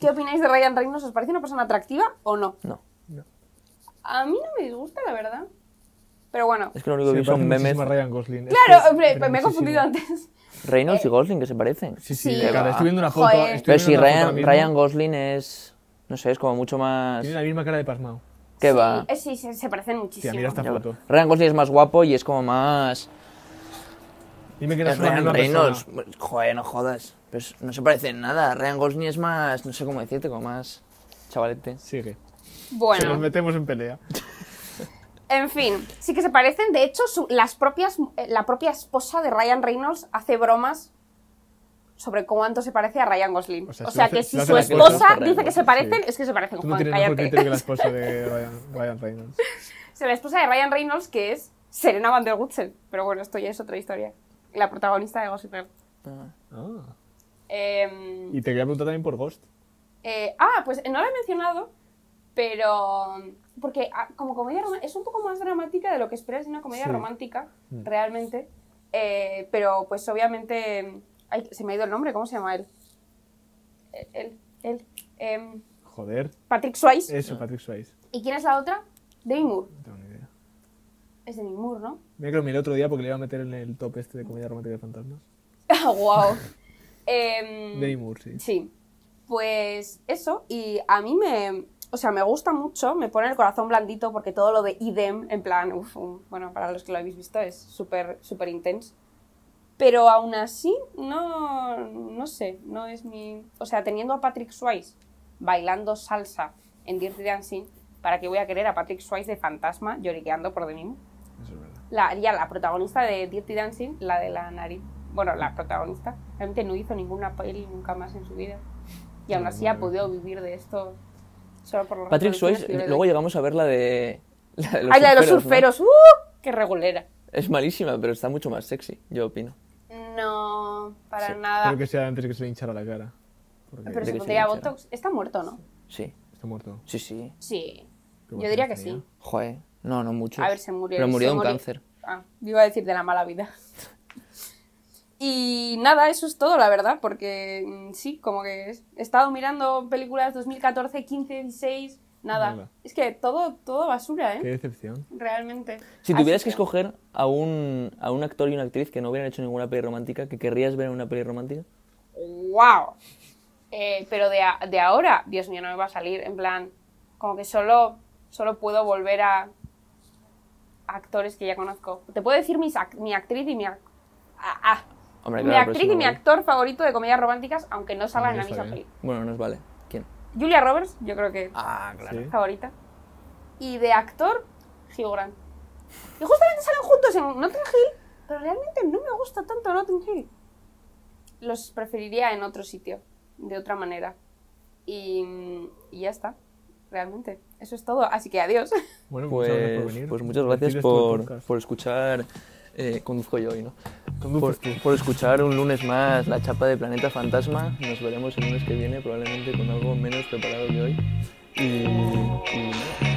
S6: ¿Qué opináis de Ryan Reynolds? ¿Os parece una persona atractiva o no?
S1: No.
S6: A mí no me disgusta, la verdad. Pero bueno.
S1: Es que lo
S2: Sí,
S1: único
S2: me
S1: que vi son
S2: parece
S1: memes.
S2: muchísimo a Ryan Gosling. Es que
S6: Claro,
S2: es-
S6: hombre, pues
S2: pero
S6: me he
S2: muchísimo.
S6: conocido antes.
S1: Reynolds
S6: Eh,
S1: y Gosling que se parecen.
S2: Sí, sí,
S6: Sí.
S2: de cara. Estoy viendo una foto.
S6: Joder.
S1: Pero
S2: estoy viendo
S1: si
S2: una foto ahora
S1: Ryan,
S2: mismo.
S1: Ryan Gosling es. No sé, es como mucho más.
S2: Tiene la misma cara de pasmao.
S1: ¿Qué
S6: Sí,
S1: va?
S6: eh, Sí, se, se parecen muchísimo.
S2: Tía, mira esta
S1: Ya va.
S2: foto.
S1: Ryan Gosling es más guapo y es como más.
S2: Dime que no
S1: Es
S2: es la
S1: Ryan
S2: misma
S1: Reynolds.
S2: persona.
S1: Joder, no jodas. Pero es- no se parece en nada. Ryan Gosling es más. No sé cómo decirte, como más. Chavalete.
S2: Sigue. Se nos
S6: Bueno,
S2: metemos en pelea.
S6: en fin, sí que se parecen. De hecho, su- las propias, eh, la propia esposa de Ryan Reynolds hace bromas sobre cuánto se parece a Ryan Gosling. O
S2: O
S6: sea,
S2: sea, si lo hace-
S6: que
S2: si
S6: si
S2: lo hace
S6: su
S1: la esposa,
S6: esposa
S1: está
S6: dice
S1: Ryan
S6: que se
S1: Gosling,
S6: parecen,
S2: sí.
S6: es que se parecen,
S2: Tú no
S6: Juan,
S2: tienes mejor criterio que la
S6: *laughs* cállate.
S2: esposa de Ryan, Ryan Reynolds.
S6: Es la esposa de Ryan Reynolds, que es Serena Van der Woodsen. Pero bueno, esto ya es otra historia. La protagonista de Gossip Girl.
S1: Ah.
S2: Ah.
S6: Em,
S2: Y te quería preguntar también por Ghost.
S6: Eh, ah, pues no la he mencionado, pero. Porque ah, como comedia romántica es un poco más dramática de lo que esperas de una comedia
S2: Sí.
S6: romántica,
S2: Mm.
S6: realmente. Eh, pero pues obviamente. ay, se me ha ido el nombre, ¿cómo se llama él? Eh, Él, él. em,
S2: Joder.
S6: Patrick Swayze.
S2: Eso, Patrick Swayze.
S6: ¿Y quién es la otra? Demi Moore.
S2: No tengo ni idea.
S6: Es Demi Moore, ¿no? *laughs*
S2: Mira que lo miré otro día porque le iba a meter en el top este de comedia romántica de fantasmas. *laughs*
S6: ¡Wow! Ah, Em,
S2: Demi Moore, sí.
S6: Sí. Pues eso, y a mí me. O sea, me gusta mucho, me pone el corazón blandito porque todo lo de idem, en plan, uf, un- bueno, para los que lo habéis visto, es súper, súper intenso. Pero aún así, no, no sé, no es mi. O sea, teniendo a Patrick Swayze bailando salsa en Dirty Dancing, ¿para qué voy a querer a Patrick Swayze de fantasma lloriqueando por de mí?
S2: Eso es verdad.
S6: La, ya la protagonista de Dirty Dancing, la de la nariz, bueno, la protagonista, realmente no hizo ninguna peli nunca más en su vida. Y aún
S2: No,
S6: así ha
S2: madre.
S6: podido vivir de esto solo por los
S1: Patrick
S6: reproducciones que yo
S1: Swayze,
S6: le
S1: luego
S6: doy.
S1: llegamos a ver la de. La de
S6: Ay, la de los
S1: ¿no?
S6: surferos, ¡uh! ¡Qué regulera!
S1: Es malísima, pero está mucho más sexy, yo opino.
S6: No, para
S1: Sí,
S6: nada.
S2: Espero que sea antes que se le hinchara la cara. Porque
S6: Pero
S1: de que
S6: se
S1: se
S6: pondría
S1: le echara.
S6: Botox. Está muerto, ¿no?
S1: Sí,
S2: está muerto.
S1: sí, sí.
S6: Sí.
S2: Qué
S6: Yo
S2: buena
S6: diría que
S2: tenía.
S6: sí.
S1: Joder. No, no mucho.
S6: A ver, se murió.
S1: Pero
S6: se
S1: murió de un
S6: murió-
S1: cáncer.
S6: Ah, yo iba a decir de la mala vida. Y nada, eso es todo, la verdad, porque mm, sí, como que es- he estado mirando películas 2014, 15, 16, nada.
S2: Nada.
S6: Es que todo, todo basura,
S2: Qué
S6: ¿eh?
S2: decepción.
S6: Realmente.
S1: Si tuvieras
S6: Así
S1: que escoger a un, a un actor y una actriz que no hubieran hecho ninguna peli romántica, que querrías ver en una peli romántica,
S6: ¡Wow! Eh, pero de, a- de ahora, Dios mío, no me va a salir. En plan, como que solo, solo puedo volver a. actores que ya conozco. Te puedo decir mis ac- mi actriz y mi... ac- ah, ah.
S1: Hombre,
S6: mi
S1: claro, pero
S6: actriz
S1: si
S6: y
S1: no-
S6: mi actor favorito de comedias románticas, aunque no salgan en la
S2: Hombre,
S6: misma
S2: está
S6: peli.
S2: bien.
S1: Bueno, nos vale. ¿Quién?
S6: Julia Roberts, yo creo que
S1: Ah, claro.
S2: Sí.
S6: favorita. Y de actor, Hugh Grant. Y justamente salen juntos en Notting Hill, pero realmente no me gusta tanto Notting Hill. Los preferiría en otro sitio, de otra manera. Y, y ya está, realmente. Eso es todo, así que adiós. *laughs*
S2: Bueno, muchas gracias por
S1: Pues,
S2: venir.
S1: pues muchas
S2: Tienes
S1: gracias
S2: tu
S1: por,
S2: podcast.
S1: por escuchar. eh, conduzco yo hoy, ¿no? Por,
S2: Conduces tú.
S1: por escuchar un lunes más la chapa de Planeta Fantasma. Nos veremos el lunes que viene, probablemente con algo menos preparado que hoy. Y, y nada,